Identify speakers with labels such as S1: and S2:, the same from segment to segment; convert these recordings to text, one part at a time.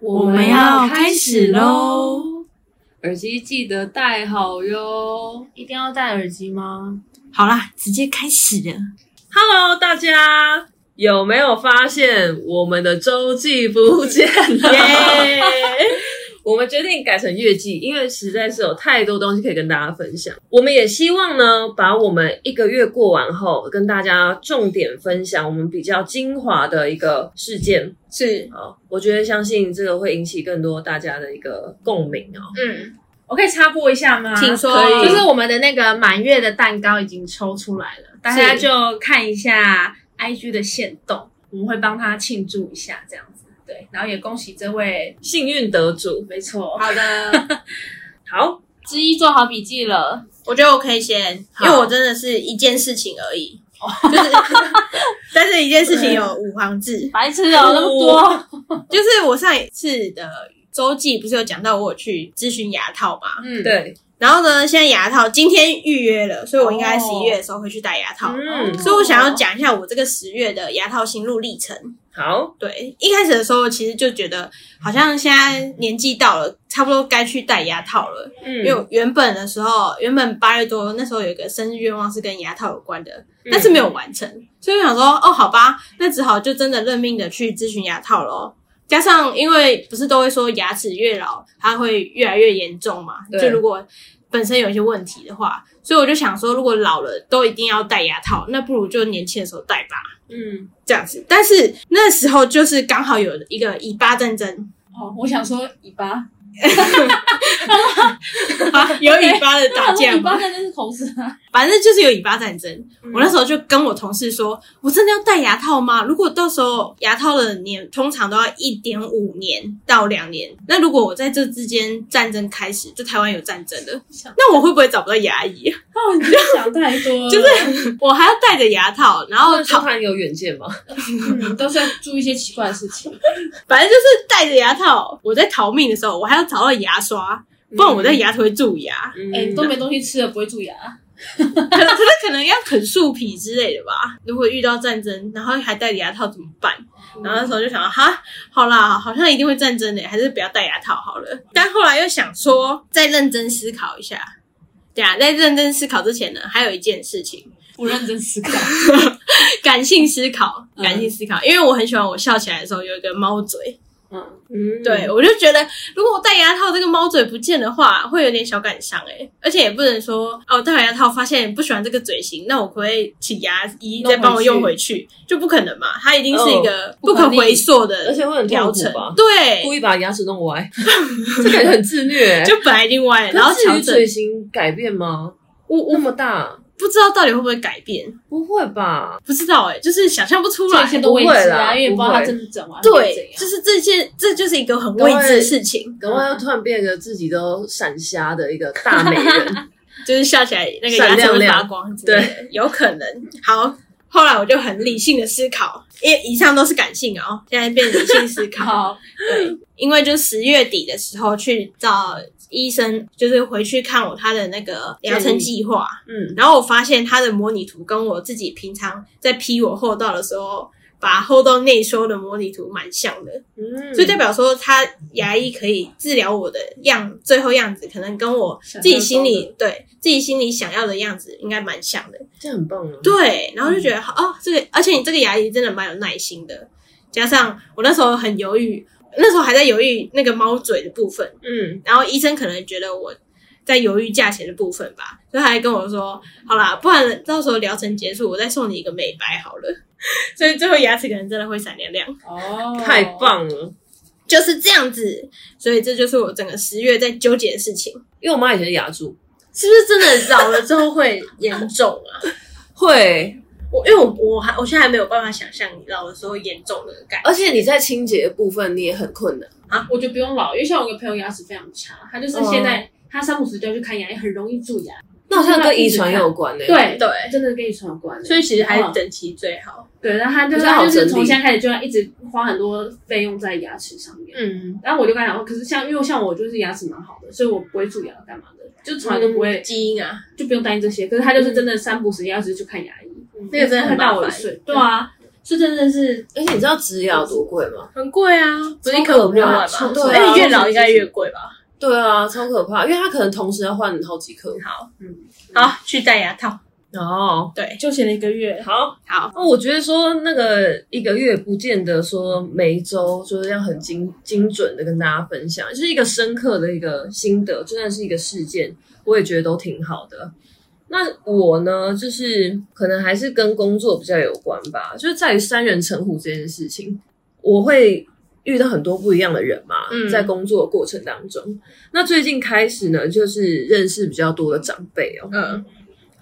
S1: 我
S2: 们要开始喽！
S1: 耳机记得戴好哟。
S3: 一定要戴耳机吗？
S2: 好啦，直接开始了。
S4: Hello，大家有没有发现我们的周记不见了？ 我们决定改成月记，因为实在是有太多东西可以跟大家分享。我们也希望呢，把我们一个月过完后，跟大家重点分享我们比较精华的一个事件。
S3: 是，
S4: 好，我觉得相信这个会引起更多大家的一个共鸣哦。
S3: 嗯，
S1: 我可以插播一下吗？
S3: 请说
S4: 可。以
S3: 就是我们的那个满月的蛋糕已经抽出来了，大家就看一下 IG 的线动，我们会帮他庆祝一下，这样子。对，然后也恭喜这位，
S4: 幸运得主，
S3: 没错，
S5: 好的，
S4: 好，
S1: 之一做好笔记了，
S5: 我觉得我可以先，因为我真的是一件事情而已，就是 但是一件事情有五行字，
S1: 白痴哦，那么多。
S5: 就是我上一次的周记不是有讲到我有去咨询牙套嘛，
S3: 嗯，，
S4: 对，
S5: 然后呢，现在牙套今天预约了，所以我应该
S1: 哦
S5: 十一月的时候会去戴牙
S2: 哦
S5: 套。
S4: 嗯，
S5: 所以我想要讲一下我这个十月的牙套心路历程。
S4: 好，
S5: 对，一开始的时候其实就觉得好像现在年纪到了，差不多该去戴牙套了。
S4: 嗯
S5: 因为我原本的时候，原本八月多那时候有一个生日愿望是跟牙套有关的，
S4: 嗯
S5: 但是没有完成，所以我想说，哦，好吧，那只好就真的认命的去咨询牙套咯。加上因为不是都会说牙齿越老它会越来越严重嘛，
S4: 对
S5: 就如果本身有一些问题的话，所以我就想说，如果老了都一定要戴牙套，那不如就年轻的时候戴吧。
S4: 嗯，
S5: 这样子，但是那时候就是刚好有一个以巴战 争，
S1: 哦，我想说尾巴，
S5: 啊有以巴的打
S1: 我想
S5: 架
S1: 啊说尾巴
S5: 吗？嗯
S1: 真的是口水啊！
S5: 反正就是有以巴战争。我那时候就跟我同事说，我真的要戴牙套吗？如果到时候牙套的年通常都要一点五年到两年，那如果我在这之间战争开始，就台湾有战争了，那我会不会找不到牙医？
S1: 哦，你真的想太多了， 就是
S5: 我还要戴着牙套，然后
S4: 那
S5: 讨
S4: 他很有远见嘛，
S1: 嗯，都是要注意一些奇怪的事情。
S5: 反正就是戴着牙套，我在逃命的时候，我还要找到牙刷，不然我在牙头会蛀牙。
S4: 嗯，
S1: 哎，都没东西吃了，不会蛀牙。
S5: 可可是可能要啃树皮之类的吧。如果遇到战争，然后还戴着牙套怎么办？然后那时候就想，哈，好啦，好像一定会战争的，还是不要戴牙套好了。但后来又想说，再认真思考一下。对啊，在认真思考之前呢，还有一件事情，
S1: 不认真思 考，
S5: 感性思考，感性思考，因为我很喜欢我笑起来的时候有一个猫嘴，
S1: 嗯，
S4: 嗯，
S5: 对我就觉得如果我戴牙套这个猫嘴不见的话，会有点小感伤哎、而且也不能说哦，戴完牙套发现不喜欢这个嘴型，那我可不可以请牙医再帮我用回去？就不可能嘛，它一定是一个
S4: 哦
S5: 不可回溯的，
S4: 而且会很
S5: 疗
S4: 痛苦
S5: 程
S4: 吧，
S5: 对，
S4: 故意把牙齿弄歪，这感觉很自虐欸。
S5: 哎就本来已经歪了，然后
S4: 可是至
S5: 调
S4: 于
S5: 整。
S4: 嘴型改变吗？
S5: 我
S4: 那
S5: 我
S4: 么大，
S5: 不知道到底会不会改变，
S4: 不会吧？
S5: 不知道哎、就是想象不出
S1: 这一
S5: 来。
S1: 切都未
S4: 不会
S1: 知啊，
S4: 啦
S1: 因为不知道
S4: 不会
S1: 他真的整完会怎
S5: 对，
S1: 样
S5: 就是这些，这就是一个很未知的事情，
S4: 等会要突然变一个自己都闪瞎的一个大美人，
S5: 就是笑起来那个牙齿
S4: 闪亮
S5: 会
S4: 亮
S5: 发光之类的，有可能。好，后来我就很理性的思考，因为以上都是感性哦，现在变理性思 考。
S1: 好，
S5: 因为就十月底的时候去找医生，就是回去看我他的那个疗程计划，
S4: 嗯，
S5: 然后我发现它的模拟图跟我自己平常在批我后道的时候，把后道内收的模拟图蛮像的，
S4: 嗯
S5: 所以代表说他牙医可以治疗我的样，最后样子可能跟我自己心
S1: 想象
S5: 里对自己心里想要的样子应该蛮像的。
S4: 这很棒啊，
S5: 对，然后就觉得、哦，这个而且你这个牙医真的蛮有耐心的，加上我那时候很犹豫，那时候还在犹豫那个猫嘴的部分，
S4: 嗯，
S5: 然后医生可能觉得我在犹豫价钱的部分吧，所以他还跟我说：“好啦，不然到时候疗程结束，我再送你一个美白好了。” 所以最后牙齿可能真的会闪亮亮，
S1: 哦，
S4: 太棒了。
S5: 就是这样子。所以这就是我整个十月在纠结的事情，
S4: 因为我妈以前是牙蛀，
S5: 是不是真的老了之后会严重啊？
S4: 会，
S5: 我因为我我还我现在还没有办法想象你老的时候严重的感觉。
S4: 而且你在清洁的部分你也很困难，
S1: 我觉得不用老，因为像我有个朋友牙齿非常差，他就是现在、他三五十就要去看牙，也很容易蛀牙。
S4: 那好像跟遗传有关呢、
S1: 对，
S5: 对，
S1: 真的跟遗传有关。
S5: 所以其实还
S1: 嗯
S5: 是整齐最好。
S1: 对，然后他就
S4: 比
S1: 是
S4: 较好
S1: 他就是
S4: 整
S1: 从
S4: 理
S1: 现在开始就要一直花很多费用在牙齿上面。
S5: 嗯，
S1: 然后我就跟他讲说，可是像因为像我就是牙齿蛮好的，所以我不会蛀牙干嘛的，就从来都不
S4: 嗯
S1: 会，
S5: 基因啊，
S1: 就不用担心这些。可是他就是真的三不时要是去看牙医，
S5: 那个真的
S1: 会
S5: 很
S1: 到
S5: 麻
S1: 我
S5: 烦。
S1: 睡。对啊，这真的是
S4: 而且你知道植牙有多贵吗？
S5: 很贵啊，不是一
S4: 超
S5: 颗
S4: 可
S5: 五六
S4: 怕
S5: 万吧？
S4: 对啊
S5: 而哎且越老应该越贵吧？
S4: 对啊，超可怕，因为它可能同时要换好几颗。
S5: 好，好，去戴牙套，
S4: 哦，
S5: 对，
S1: 就前了一个月，
S4: 好，
S5: 好，
S4: 那我觉得说那个一个月不见得说每一周就是要很精精准的跟大家分享，就是一个深刻的一个心得，真的是一个事件，我也觉得都挺好的。那我呢，就是可能还是跟工作比较有关吧，就是在于三人成虎这件事情，我会遇到很多不一样的人嘛，
S5: 嗯
S4: 在工作的过程当中。那最近开始呢，就是认识比较多的长辈哦，
S5: 嗯，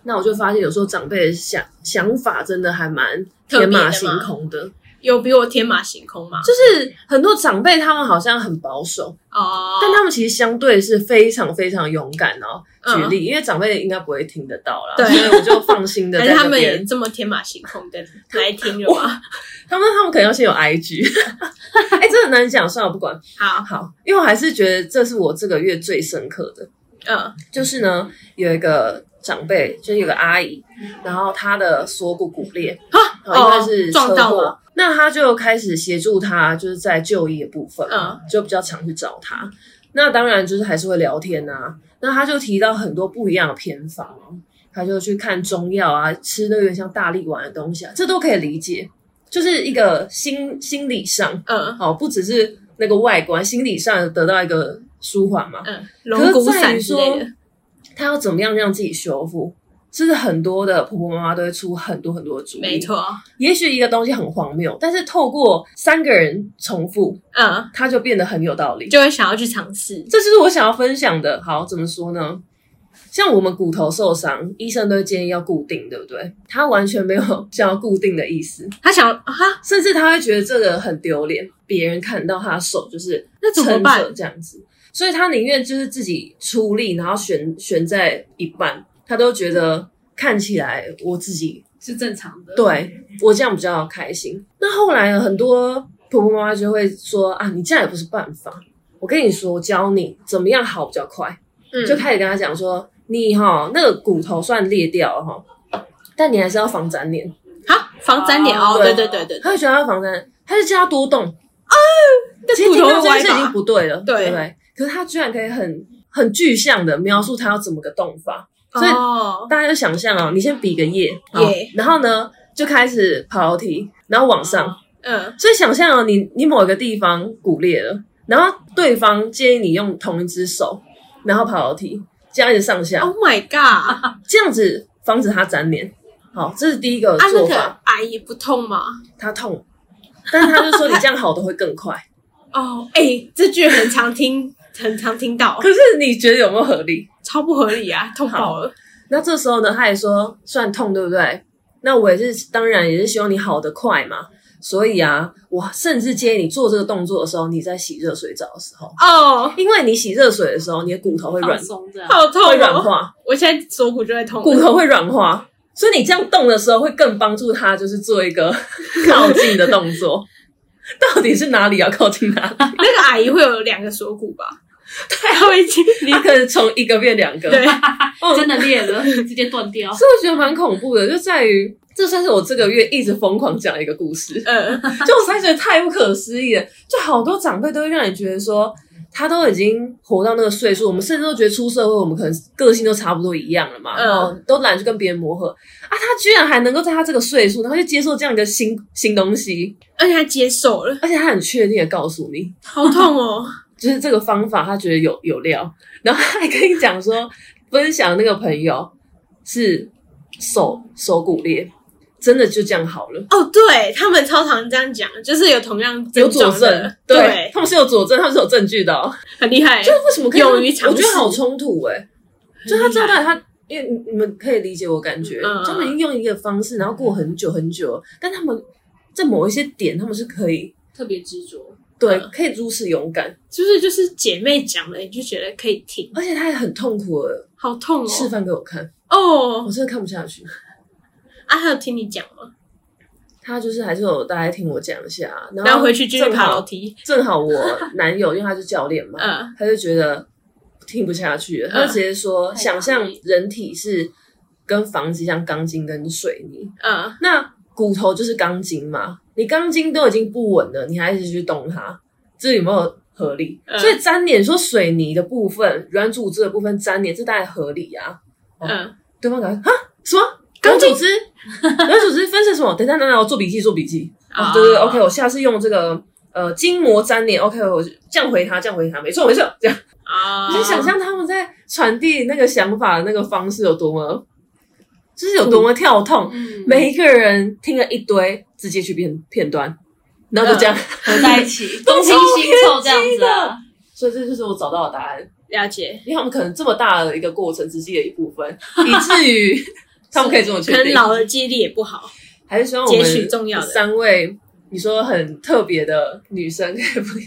S4: 那我就发现有时候长辈的想想法真的还蛮
S5: 特别
S4: 天
S5: 的
S4: 马
S5: 吗
S4: 行空的，
S5: 有比我天马行空吗？
S4: 就是很多长辈他们好像很保守，
S5: 哦，
S4: 但他们其实相对是非常非常勇敢
S5: 嗯
S4: 哦。举例，因为长辈应该不会听得到啦，
S5: 对
S4: 所以我就放心的
S5: 还
S4: 在
S5: 是
S4: 那
S5: 他们也
S4: 边。
S5: 这么天马行空 的来听了吗？
S4: 他们他们可能要先有 IG，哎、这很难讲，算了，不管。
S5: 好，
S4: 好，因为我还是觉得这是我这个月最深刻的。
S5: 嗯
S4: 就是呢，有一个长辈，就是有个阿姨，然后她的锁骨骨裂，啊，因为是车
S5: 哦撞到
S4: 祸
S5: 了，
S4: 那她就开始协助她，就是在就医的部分，
S5: 嗯
S4: 就比较常去找她。那当然就是还是会聊天啊，那她就提到很多不一样的偏方哦，她就去看中药啊，吃那个有点像大力丸的东西啊，这都可以理解，就是一个心心理上
S5: 嗯
S4: 哦，不只是那个外观，心理上得到一个舒缓嘛。
S5: 嗯，龙骨散之类
S4: 可是在于
S5: 的，
S4: 她要怎么样让自己修复？就是很多的婆婆妈妈都会出很多很多的主意。
S5: 没，错，
S4: 也许一个东西很荒谬，但是透过三个人重复，
S5: 嗯，
S4: 它就变得很有道理。
S5: 就会想要去尝试，
S4: 这就是我想要分享的。好，怎么说呢？像我们骨头受伤，医生都会建议要固定，对不对？他完全没有想要固定的意思，
S5: 他想啊哈，
S4: 甚至他会觉得这个很丢脸，别人看到他的手就是
S5: 那怎么
S4: 撑
S5: 办
S4: 着？这样子，所以他宁愿就是自己出力，然后悬悬在一半，他都觉得看起来我自己
S1: 是正常的。，
S4: 对我这样比较开心。那后来呢，很多婆婆妈妈就会说啊，你这样也不是办法。我跟你说，我教你怎么样好比较快，
S5: 嗯
S4: 就开始跟他讲说，你哈那个骨头算裂掉了哈，但你还是要防粘连。
S5: 好，防粘连哦，
S4: 对
S5: 对对对对，
S4: 他就觉得他防粘，他就叫他多动，
S5: 但
S4: 其实
S5: 骨
S4: 听
S5: 头会
S4: 到这件
S5: 歪
S4: 事已经
S5: 吧？
S4: 不对了，
S5: 对
S4: 对不对？可是他居然可以很很具象的描述他要怎么个动法，所以
S5: 哦，
S4: 大家就想象哦，你先比个耶，好
S5: 耶
S4: 然后呢就开始跑楼梯，然后往上，
S5: 嗯
S4: 所以想象哦，你你某一个地方骨裂了，然后对方建议你用同一只手，然后跑楼梯，这样一直上下，
S5: ，Oh my god，
S4: 这样子防止他粘连。好，这是第一个
S5: 啊，那
S4: 做法，
S5: 个阿姨不痛吗？
S4: 他痛，但是他就说你这样好的会更快。
S5: 哦，哎，这句很常听， 很常听到，
S4: 哦可是你觉得有没有合理？
S5: 超不合理啊，痛爆了，
S4: 那这时候呢，他也说算痛，对不对？那我也是，当然也是希望你好得快嘛。所以啊，我甚至建议你做这个动作的时候，你在洗热水澡的时候，
S5: 哦，
S4: 因为你洗热水的时候，你的骨头会软
S1: 放，松这样。
S5: 好痛
S4: 会软
S5: 哦，
S4: 化，
S5: 我现在锁骨就会痛了，
S4: 骨头会软化，所以你这样动的时候，会更帮助他就是做一 个靠近的动作。到底是哪里要靠近哪 里？
S5: 那个阿姨会有两个锁骨 吧？对，她会经历
S4: 他可能从一个变两个，哦
S5: 对，
S1: 真的裂了，直接断掉。
S4: 所以我觉得蛮恐怖的，就在于这算是我这个月一直疯狂讲的一个 故事。
S5: 呃，
S4: 就我实在觉得太不可思议了。就好多长辈都会让你觉得说，他都已经活到那个岁数，我们甚至都觉得出社会，我们可能个性都差不多一样了嘛，
S5: 嗯
S4: 然后都懒得去跟别人磨合啊。他居然还能够在他这个岁数，然后就接受这样一个新新东西，
S5: 而且她接受了，
S4: 而且他很确定的告诉你，
S5: 好痛 哦，
S4: 就是这个方法，他觉得有有料，然后他还跟你讲说，分享那个朋友是手手骨裂，真的就这样好了。
S5: 哦，对他们超常这样讲，就是有同样
S4: 有
S5: 症
S4: 佐
S5: 状
S4: 证
S5: 的，，
S4: 对
S5: 对，
S4: 他们是有佐证，他们是有证据的、哦。
S5: 很厉害
S4: 就，是为什么可以
S5: 勇于尝试
S4: 我觉得好冲突哎、就他真的他，因为你你们可以理解我感觉，
S5: 嗯嗯嗯嗯
S4: 他们用一个方式，然后过很久很久，但他们在某一些点，他们是可以
S1: 特别执着，
S4: 对，
S5: 嗯
S4: 可以如此勇敢，
S5: 就是就是姐妹讲了，你就觉得可以听，
S4: 而且他也很痛苦的
S5: 好痛
S4: 示
S5: 哦，
S4: 范给我看，
S5: 哦，
S4: 我真的看不下去。
S5: 啊，还有听你讲
S1: 嗯
S5: 吗？
S4: 他就是还是有大概听我讲一下，然后
S5: 然后回去继续
S4: 正
S5: 爬楼
S4: 好
S5: 梯，
S4: 正好我男友，因为他是教练嘛，
S5: 嗯
S4: 他就觉得听不下去了，他就直接说，
S1: 太
S4: 想
S1: 难
S4: 象
S1: 了哦
S4: 人体是跟房子一样钢筋跟水泥，
S5: 嗯
S4: 那骨头就是钢筋嘛，你钢筋都已经不稳了，你还一直去动它，这有没有合理？
S5: 嗯
S4: 所以粘连说水泥的部分、软组织的部分粘连，这当然合理啊。
S5: 嗯，
S4: 对方感觉啊什么？软组织，软组织分成什么？等一下，等一下，我做笔记，做笔记。哦
S5: 啊
S4: 对对对，OK，我下次用这个呃筋膜粘连，OK，我这样回他，这样回他，没错没错，这样。
S5: 啊，
S4: 你就想象他们在传递那个想法的那个方式有多么，就是有多么跳痛。
S1: 嗯，
S4: 每一个人听了一堆，直接去片片段，然后就
S5: 嗯
S4: 这样。
S3: 合在一起，
S4: 东
S6: 拼拼凑这样子啊，
S4: 所以这就是我找到的答案，
S5: 了解，
S4: 因为他们可能这么大的一个过程，只是的一部 分，以至于他们可以这么
S5: 可
S4: 确
S5: 能
S4: 定。
S5: 老了记忆力也不好，
S4: 还是希望我们
S5: 截取重要的
S4: 三位，你说很特别的女生，可以不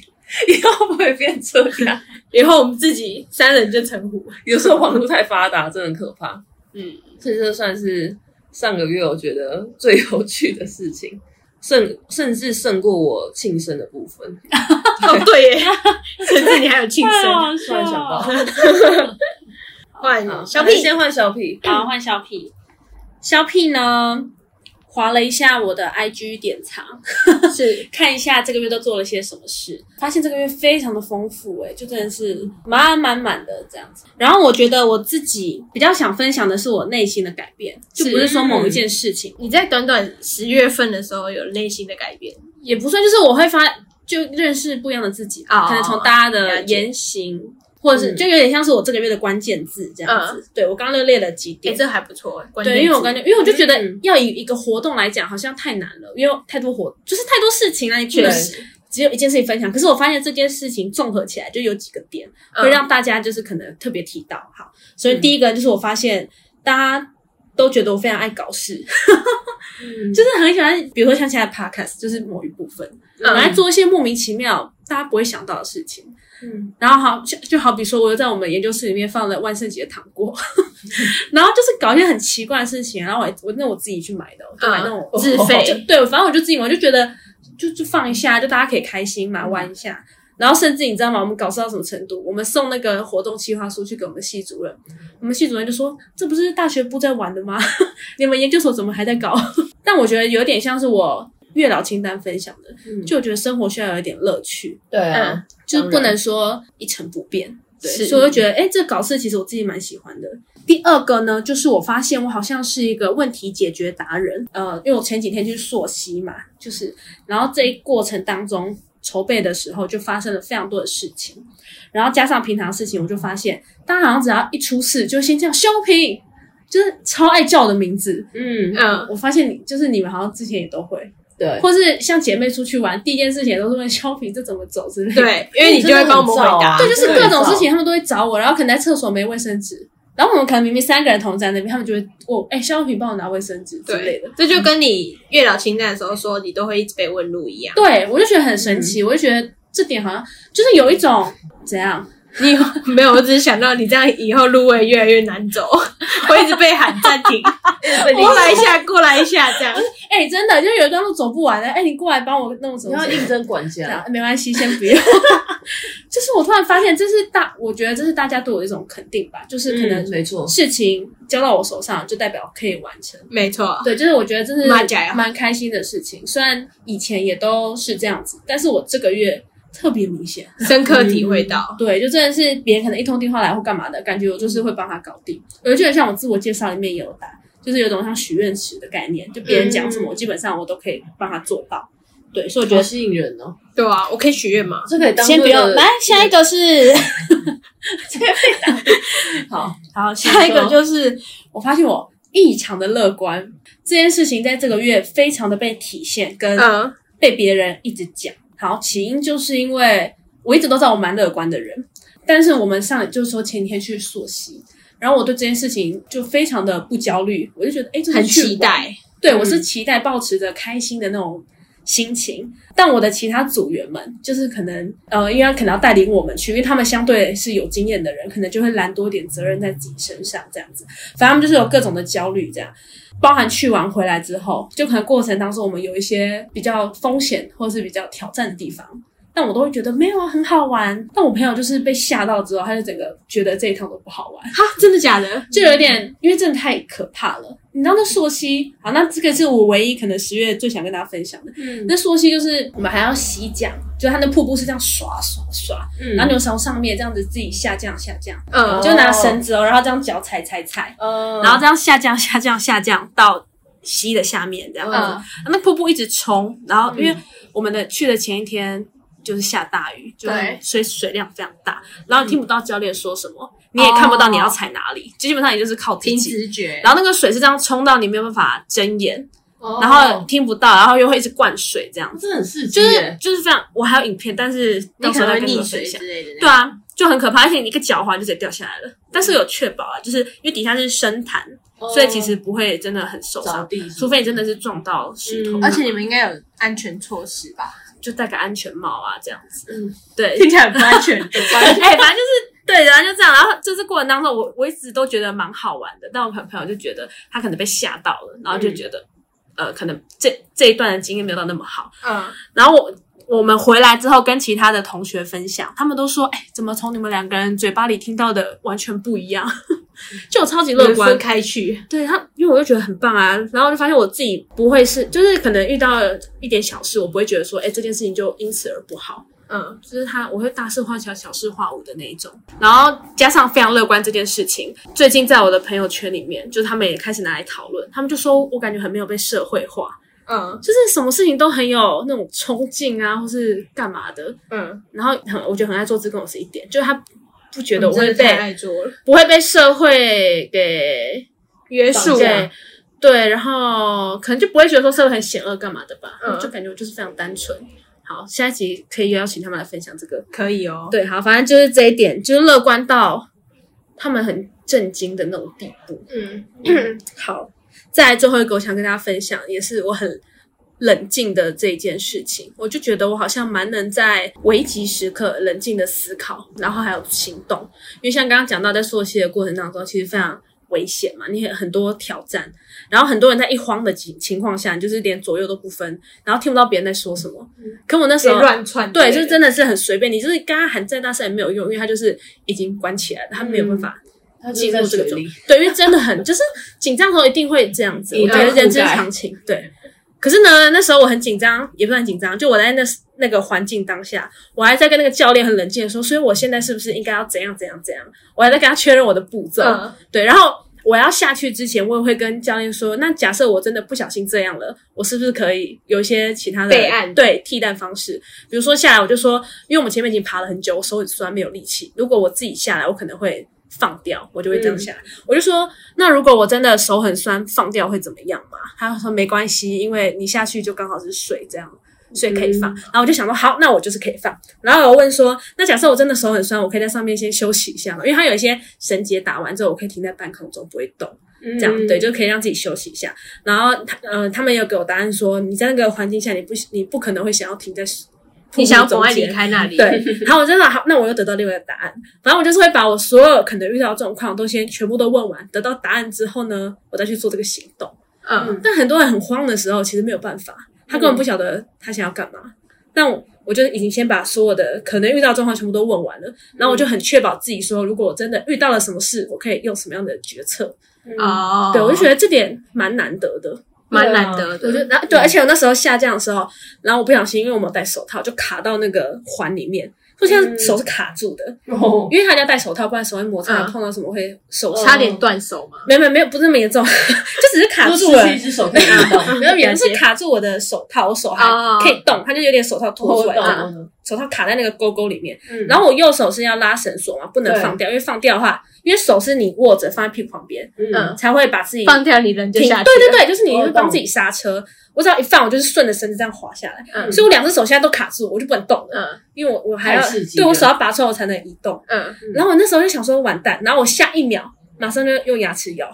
S4: 以后不会变这样？
S5: 以后我们自己三人就成虎，
S4: 有时候网络太发达，真的很可怕。
S5: 嗯，
S4: 所以这算是上个月我觉得最有趣的事情，胜甚至胜过我庆生的部分。
S5: 哦对耶， 甚至你还有庆
S1: 啊
S5: 生，
S4: 突然想到，
S5: 换
S1: 嗯
S4: 好
S5: 小
S4: 那
S5: 屁，
S4: 先换小屁，
S1: 好，换小 P。小 P 呢，划了一下我的 IG 典藏，
S5: 是
S1: 看一下这个月都做了些什么事，发现这个月非常的丰富、欸，哎，就真的是满满满的这样子。然后我觉得我自己比较想分享的是我内心的改变，就不是说某
S5: 嗯
S1: 一件事情，
S5: 你在短短十月份的时候有内心的改变，
S1: 也不算，就是我会发就认识不一样的自己，
S5: 哦
S1: 可能从大家的
S5: 了解
S1: 言行，或者是
S4: 嗯
S1: 就有点像是我这个月的关键字这样子。对我刚刚就列了几
S5: 嗯哎，
S1: 点，
S5: 这还不错，关键
S1: 对，因为我
S5: 字
S1: 感觉，因为我就觉得
S4: 嗯
S1: 要以一个活动来讲，好像太难了，因为太多活，就是太多事情啊，你不能
S4: 对
S1: 只有一件事情分享。可是我发现这件事情综合起来，就有几个点
S5: 嗯
S1: 会让大家就是可能特别提到。好，所以第一个就是我发现大家都觉得我非常爱搞事， 就是很喜欢，比如说像现在 podcast 就是某一部分，
S5: 嗯
S1: 我来做一些莫名其妙大家不会想到的事情。
S4: 嗯，
S1: 然后好就就好比说，我又在我们研究室里面放了万圣节糖果， 然后就是搞一些很奇怪的事情，然后我还我那我自己去买的，我就买那种、
S5: 嗯自费
S1: 就对，反正我就自己买，我就觉得就就放一下，就大家可以开心嘛，玩一下。然后甚至你知道吗？我们搞笑到什么程度？我们送那个活动计划书去给我们系主任，我们系主任就说：“这不是大学部在玩的吗？ 你们研究所怎么还在搞？” 但我觉得有点像是我月老清单分享的，
S4: 嗯
S1: 就我觉得生活需要有一点乐趣。
S4: 对
S5: 啊，
S1: 就是不
S4: 当然
S1: 能说一成不变。对，
S5: 是
S1: 所以我就觉得，哎、这搞事其实我自己蛮喜欢的。第二个呢，就是我发现我好像是一个问题解决达人。呃，因为我前几天去溯溪嘛，就是，然后这一过程当中筹备的时候，就发生了非常多的事情，然后加上平常的事情，我就发现大家好像只要一出事，就先这样修平，就是超爱叫我的名字。
S4: 嗯，
S5: 嗯，
S1: 我发现你就是你们好像之前也都会，
S4: 对，
S1: 或是像姐妹出去玩，第一件事情也都是问修平这怎么走之类的。
S5: 对，因为你就会帮我们回答，
S1: 对，就是各种事情他们都会找我，然后可能在厕所没卫生纸，然后我们可能明明三个人同在那边，他们就会我哎，肖平帮我拿卫生纸之类的
S5: 对。，这就跟你月老清单的时候说你都会一直被问路一样，
S1: 对，我就觉得很神奇，我就觉得这点好像就是有一种怎样，
S5: 你有 没有，我只是想到你这样以后路会越来越难走，我 一直被喊暂停，过来一下，过来一下， 这样
S1: 哎，真的就是有一段路走不完了，哎，你过来帮我弄什
S4: 你
S1: 么
S4: 要
S1: 什么
S4: 应征管
S1: 这样
S4: 家，
S1: 没关系，先不用。 就是我突然发现，这是大，我觉得这是大家对我的一种肯定吧，就是可能
S4: 嗯没错，
S1: 事情交到我手上，就代表可以完成。
S5: 没错，
S1: 对，就是我觉得这是
S5: 蛮假呀
S1: 蛮开心的事情。虽然以前也都是这样子，但是我这个月特别明显。
S5: 深刻体会到，
S1: 对，就真的是别人可能一通电话来或干嘛的感觉，我就是会帮他搞定。我觉得像我自我介绍里面也有打，就是有种像许愿池的概念，就别人讲什么，我基本上我都可以帮他做到。
S5: 嗯
S1: 对，所以我
S4: 觉
S1: 觉
S4: 得
S1: 得
S4: 吸引人哦，
S5: 对啊，我可以许愿吗？
S4: 这可以当
S1: 嗯先不
S4: 做一个
S1: 用来下一个是
S4: 好，
S1: 好，下一个就是我发现我异常的乐观，这件事情在这个月非常的被体现跟
S5: 嗯，
S1: 被别人一直讲。好，起因就是因为我一直都知道我蛮乐观的人，但是我们上就是说前天去溯溪，然后我对这件事情就非常的不焦虑，我就觉得哎，诶就是
S5: 很
S1: 去玩
S5: 期，待，
S1: 对我是期待，抱持着开心的那种。心情，但我的其他组员们就是可能呃，因为他可能要带领我们去，因为他们相对是有经验的人，可能就会揽多点责任在自己身上这样子。反正他们就是有各种的焦虑这样。包含去完回来之后，就可能过程当中我们有一些比较风险或是比较挑战的地方，但我都会觉得没有啊，很好玩。但我朋友就是被吓到之后，他就整个觉得这一趟都不好玩，
S5: 啊哈，真的假的？
S1: 就有点因为真的太可怕了。你知道那溯溪，好，那这个是我唯一可能十月最想跟大家分享的。
S3: 嗯
S1: 那溯溪就是我们还要洗桨，就它那瀑布是这样刷刷刷，
S4: 嗯
S1: 然后你就从上面这样子自己下降下降，
S5: 嗯
S1: 就拿绳子哦，然后这样脚踩踩踩，
S5: 嗯
S1: 然后这样下降下降下降到溪的下面这样子。
S5: 嗯
S1: 那瀑布一直冲，然
S6: 嗯
S1: 后因为我们的去的前一天就是下大雨，就
S3: 对
S1: 所以水量非常大，然后
S6: 嗯
S1: 你听不到教练说什么，你也看不到你要
S6: 哦
S1: 踩哪里，基本上也就是靠自
S6: 凭
S5: 嗯
S1: 己。
S6: 直觉，
S1: 然后那个水是这样冲到你没有办法睁眼，
S5: 哦
S1: 然后听不到，然后又会一直灌水这样子，
S4: 真的很刺激
S1: 就是
S4: 耶，
S1: 就是非常。我还有影片，但是
S6: 你
S1: 到
S6: 可
S1: 时候
S6: 能
S1: 再
S6: 会
S1: 跟你
S6: 溺
S1: 们
S6: 水
S1: 分享。
S6: 之类的嗯那种。
S1: 对啊，就很可怕，而且你一个脚滑就直接掉下来了。但是有确保啊，就是因为底下是深潭，
S6: 哦
S1: 所以其实不会真的很受
S4: 着
S1: 伤，
S4: 哦地是
S1: 除非你真的是撞到石
S6: 嗯
S1: 头，
S5: 而且你们应该有安全措施吧？
S1: 就戴个安全帽啊这样子。对，
S5: 嗯起来很不安全， 不安
S1: 哎、反正就是对，然后就这样，然后就是过程当中我，我一直都觉得蛮好玩的，但我朋朋友就觉得他可能被吓到了，然后
S5: 嗯
S1: 就觉得、呃，可能这这一段的经验没有到那么好。
S5: 嗯，
S1: 然后我我们回来之后跟其他的同学分享，他们都说，哎、怎么从你们两个人嘴巴里听到的完全不一样？ 就我超级乐
S5: 乐
S1: 观
S5: 观，开去，
S1: 对他，因为我就觉得很棒啊，然后就发现我自己不会是，就是可能遇到一点小事，我不会觉得说，哎、这件事情就因此而不好，
S5: 嗯，
S1: 就是他，我会大事化小，小事化无的那一种。然后加上非常乐观这件事情，最近在我的朋友圈里面，就是他们也开始拿来讨论，他们就说我感觉很没有被社会化，
S5: 嗯
S1: 就是什么事情都很有那种冲劲啊，或是干嘛的。
S5: 嗯，
S1: 然后很，我觉得很爱做这跟我是一点，就是他不觉得我
S5: 真
S1: 会
S5: 的太
S1: 被
S5: 爱做了，
S1: 不会被社会给
S5: 约束啊，
S1: 对对，然后可能就不会觉得说社会很险恶干嘛的吧，
S5: 嗯
S1: 就感觉我就是非常单纯。好，下一集可以邀请他们来分享这个。
S5: 可以哦，
S1: 对，好，反正就是这一点，就是乐观到他们很震惊的那种地步。
S5: 嗯，
S1: 好，再来最后一个，我想跟大家分享，也是我很冷静的这一件事情。我就觉得我好像蛮能在危急时刻冷静的思考，然后还有行动。因为像刚刚讲到，在溯溪的过程当中，其实非常危险嘛，你很很多挑战，然后很多人在一慌的情情况下，你就是连左右都不分，然后听不到别人在说什么。可我那时
S5: 别
S1: 候
S5: 乱窜，
S1: 对，就是真的是很随便，你就是跟他喊再大声也没有用，因为他就是已经关起来了，他没有办法。
S4: 他
S1: 进
S4: 进
S1: 入
S4: 入
S1: 这
S4: 这
S1: 个
S4: 个
S1: 状对，因为真的很就是紧张的时候一定会这样子，我
S4: 一
S1: 觉
S4: 定
S1: 得
S4: 会
S1: 人之
S4: 覆盖
S1: 常情。对，可是呢，那时候我很紧张，也不算紧张，就我在那那个环境当下，我还在跟那个教练很冷静的说，所以我现在是不是应该要怎样怎样怎样？我还在跟他确认我的步骤。
S5: 嗯
S1: 对，然后我要下去之前，我也会跟教练说，那假设我真的不小心这样了，我是不是可以有一些其他的
S5: 备案
S1: 对替代方式？比如说下来，我就说，因为我们前面已经爬了很久，我手很酸，没有力气。如果我自己下来，我可能会放掉，我就会这
S5: 嗯
S1: 样下来。我就说，那如果我真的手很酸，放掉会怎么样嘛？他说没关系，因为你下去就刚好是水这样。所以可以
S5: 嗯
S1: 放，然后我就想说，好，那我就是可以放。然后我问说，那假设我真的手很酸，我可以在上面先休息一下嘛？因为它有一些绳结打完之后，我可以停在半空中不会动，这
S5: 嗯
S1: 样、
S4: 嗯
S1: 对，就可以让自己休息一下。然后他呃，他们有给我答案说，你在那个环境下，你不你不可能会想要停在
S5: 你想要
S1: 不
S5: 赶快离开那里，
S1: 对，然后我就说好，那我又得到另外一个答案。反正我就是会把我所有可能遇到的状况都先全部都问完，得到答案之后呢，我再去做这个行动。
S5: 嗯，
S1: 但很多人很慌的时候，其实没有办法，他根本不晓得他想要干嘛。但我我就已经先把所有的可能遇到的状况全部都问完了，然后我就很确保自己说，如果我真的遇到了什么事，我可以用什么样的决策。
S4: 嗯
S1: 啊
S5: 哦，
S1: 对我就觉得这点蛮难得的。
S5: 蛮难得
S1: 我就嗯
S5: 的，
S1: 然后对，而且我那时候下降的时候，然后我不小心，因为我们有戴手套，就卡到那个环里面，所以现在手是卡住的，
S4: 哦，
S1: 因为他一定要戴手套，不然手会摩擦，
S5: 嗯哦
S1: 碰到什么会受伤。
S5: 差点断手嘛，
S1: 没有没有没有，不是那么严重， 就只是卡
S4: 就
S1: 住
S4: 是
S1: 了
S4: 是。一只手可以拿到。
S1: 没有严重，是卡住我的手套，我手还
S5: 哦
S1: 可以动，它就有点手套脱出来，
S4: 我懂
S1: 然后
S4: 我懂
S1: 手套卡在那个勾勾里面。
S4: 嗯
S1: 然后我右手是要拉绳索嘛，不能
S4: 对
S1: 放掉，因为放掉的话，因为手是你握着放在屁股旁边，
S4: 嗯，
S1: 才会把自己
S5: 放掉你人就
S1: 停。
S5: 下去，
S1: 对对，对，就是你
S4: 我
S1: 会
S4: 懂
S1: 帮自己刹车。我只要一放，我就是顺着绳子这样滑下来，
S5: 嗯
S1: 所以我两只手现在都卡住，我就不能动了，
S5: 嗯
S1: 因为我我还要
S4: 太刺激
S1: 对
S4: 了
S1: 我手要拔出来我才能移动。
S5: 嗯，
S1: 然后我那时候就想说完蛋，然后我下一秒马上就用牙齿咬。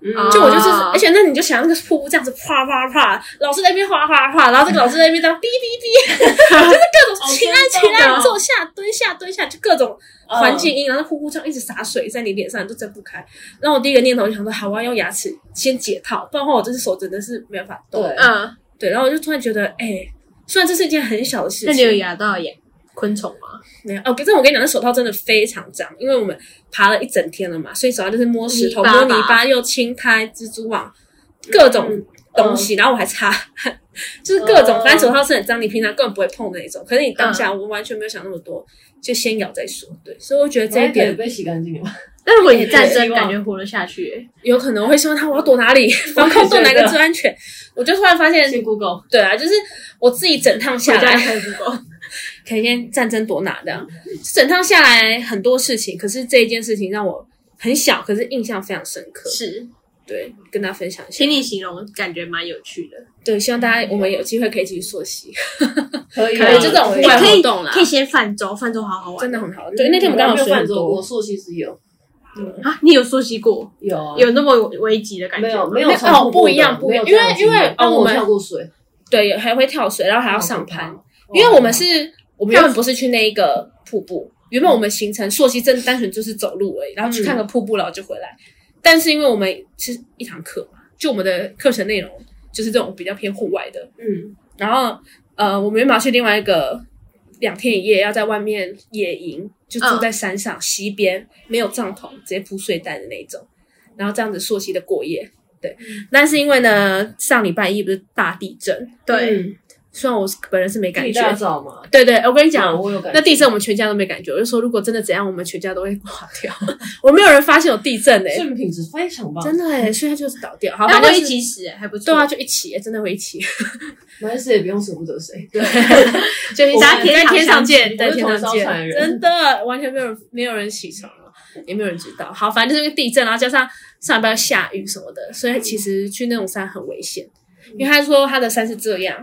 S4: 嗯
S5: 哦
S1: 就我就是，而且那你就想那个瀑布这样子啪啪啪，老师在那边哗哗哗，然后这个老师在那边这样哔哔哔，就是各种起来起来，坐下蹲下蹲下，就各种环境音，然后瀑布这样一直洒水在你脸上，你都睁不开。然后我第一个念头就想说，好，我要用牙齿先解套，不然的话我这只手真的是没有办法动。
S4: 对
S5: 嗯，
S1: 对然后我就突然觉得，哎、虽然这是一件很小的事情，
S5: 那你有牙到牙昆虫吗？
S1: 没有哦，可是我跟你讲，那手套真的非常脏，因为我们爬了一整天了嘛，所以手套就是摸石头、
S5: 泥巴
S1: 摸
S5: 吧嗯
S1: 泥巴，又青苔、蜘蛛网，各种东西，然后我还擦汗，就是各种
S5: 哦
S3: 嗯，
S1: 反正手套是很脏，你平常根本不会碰的那种。可是你当下
S5: 嗯
S1: 我完全没有想那么多，就先咬再说。对，所以我
S4: 嗯
S1: 觉得这一点
S4: 被洗干净了吗？
S5: 但如果你战争，感觉活得下去、欸。
S1: 有可能我会希望他我要躲 哪里，防空洞哪个最安全？我就突然发现，
S4: 去 Google，
S1: 对啊，就是我自己整趟下
S5: 回家
S1: 来，
S5: 看 Google，
S1: 可以先战争躲哪这样。整趟下来很多事情，可是这一件事情让我很小，可是印象非常深 刻。
S5: 是，
S1: 对，跟大家分享一下
S5: 请。你形容，感觉蛮有趣的。
S1: 对，希望大家我们有机会可以继续溯 溪，
S4: 可以
S1: 可以这种户外
S5: 哎可以
S1: 活动啦
S5: 可，以先泛舟，泛舟好好玩。
S1: 真的很好。对，那天我们刚好学
S4: 犯
S1: 很
S4: 做过，
S1: 多，
S4: 硕其实有
S5: 啊，你有溯溪过，
S4: 有啊
S5: 有那么危急的感觉
S4: 没
S5: 吗？
S4: 有没有
S1: 没有
S4: 重复
S1: 哦
S4: 过
S1: 不
S4: 的
S1: 一样不一样
S4: 没有重复
S1: 因为因为
S4: 过但
S1: 哦我
S4: 我
S1: 们
S4: 跳过水，
S1: 对，还会跳水，然后还要
S4: 好可
S1: 上
S4: 怕
S1: 攀
S4: 哦，
S1: 因为我们是我们原本不是去那一个瀑布，原本我们行程朔溪真的单纯就是走路而已，然后去看个瀑布，然后就回来。但是因为我们是一堂课嘛，就我们的课程内容就是这种比较偏户外的，
S4: 嗯，
S1: 然后呃，我们原本要去另外一个两天一夜，要在外面野营，就住在山上、溪边，没有帐篷，直接铺睡袋的那种，然后这样子溯溪的过夜。对，
S5: 嗯
S1: 但是因为呢，上礼拜一不是大地震，
S5: 对，
S4: 嗯
S1: 虽然我本人是没感
S4: 地
S1: 觉，
S4: 大早嘛，嗯
S1: 对对，我跟你
S5: 嗯
S1: 讲，
S4: 我有感觉
S1: 那地震我们全家都没感觉，我就说如果真的怎样，我们全家都会垮掉。 我没有人发现有地震哎、
S4: 睡眠品质非常棒，
S1: 真的哎、所以它就是倒掉。好，
S5: 那
S1: 反正
S5: 会一
S1: 就是
S5: 起死、欸，还不错。
S1: 对啊，，就一起、真的会一起，
S4: 但是也不用舍不得谁，对，
S1: 就是
S5: 大家天
S1: 在
S5: 堂
S1: 天上
S5: 相
S1: 见，在
S4: 我是
S1: 天
S4: 同
S1: 上
S4: 烧
S1: 见
S4: 船，人
S1: 真的完全没有人没有人起床了，也没有人知道。好，反正就是因为地震，然后加上上礼拜下雨什么的，所以其实去那种山很危险。因为他说他的山是这样，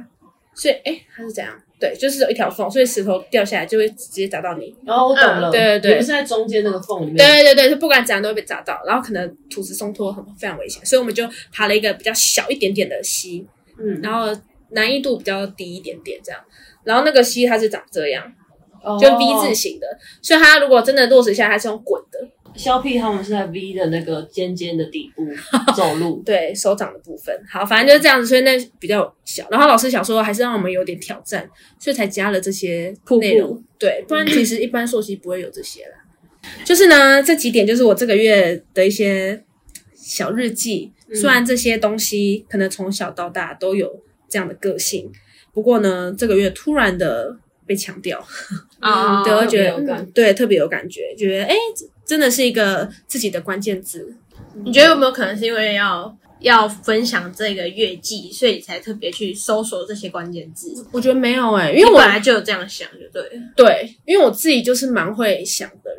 S1: 所以哎，他是这样，对，就是有一条缝，所以石头掉下来就会直接砸到你。
S4: 然哦后我懂了，
S1: 嗯对对对
S4: 你不是在中间那个缝里面，
S1: 对对对，就不管怎样都会被砸到，然后可能土石松脱很非常危险，所以我们就爬了一个比较小一点点的溪，
S4: 嗯，
S1: 然后难易度比较低一点点这样。然后那个溪它是长这样，
S4: 哦
S1: 就 V 字形的，所以它如果真的落实下来，它是用滚的，
S4: 肖屁他们是在 V 的那个尖尖的底部走路，
S1: 对手掌的部分。好，反正就是这样子，所以那比较小。然后老师想说，还是让我们有点挑战，所以才加了这些内容。对，不然其实一般硕士不会有这些啦。就是呢，这几点就是我这个月的一些小日记。虽然这些东西可能从小到大都有这样的个性，不过呢，这个月突然的被强调。
S5: 啊、
S1: 嗯对，我会觉得
S4: 特别有感
S1: 嗯对特别有感觉，觉得哎，诶真的是一个自己的关键字。
S5: 你觉得有没有可能是因为要要分享这个月季，所以你才特别去搜索这些关键字？
S1: 我觉得没有哎、因
S5: 因
S1: 为
S5: 为
S1: 我
S5: 本来就有这样想，就对了。
S1: 对，因为我自己就是蛮会想的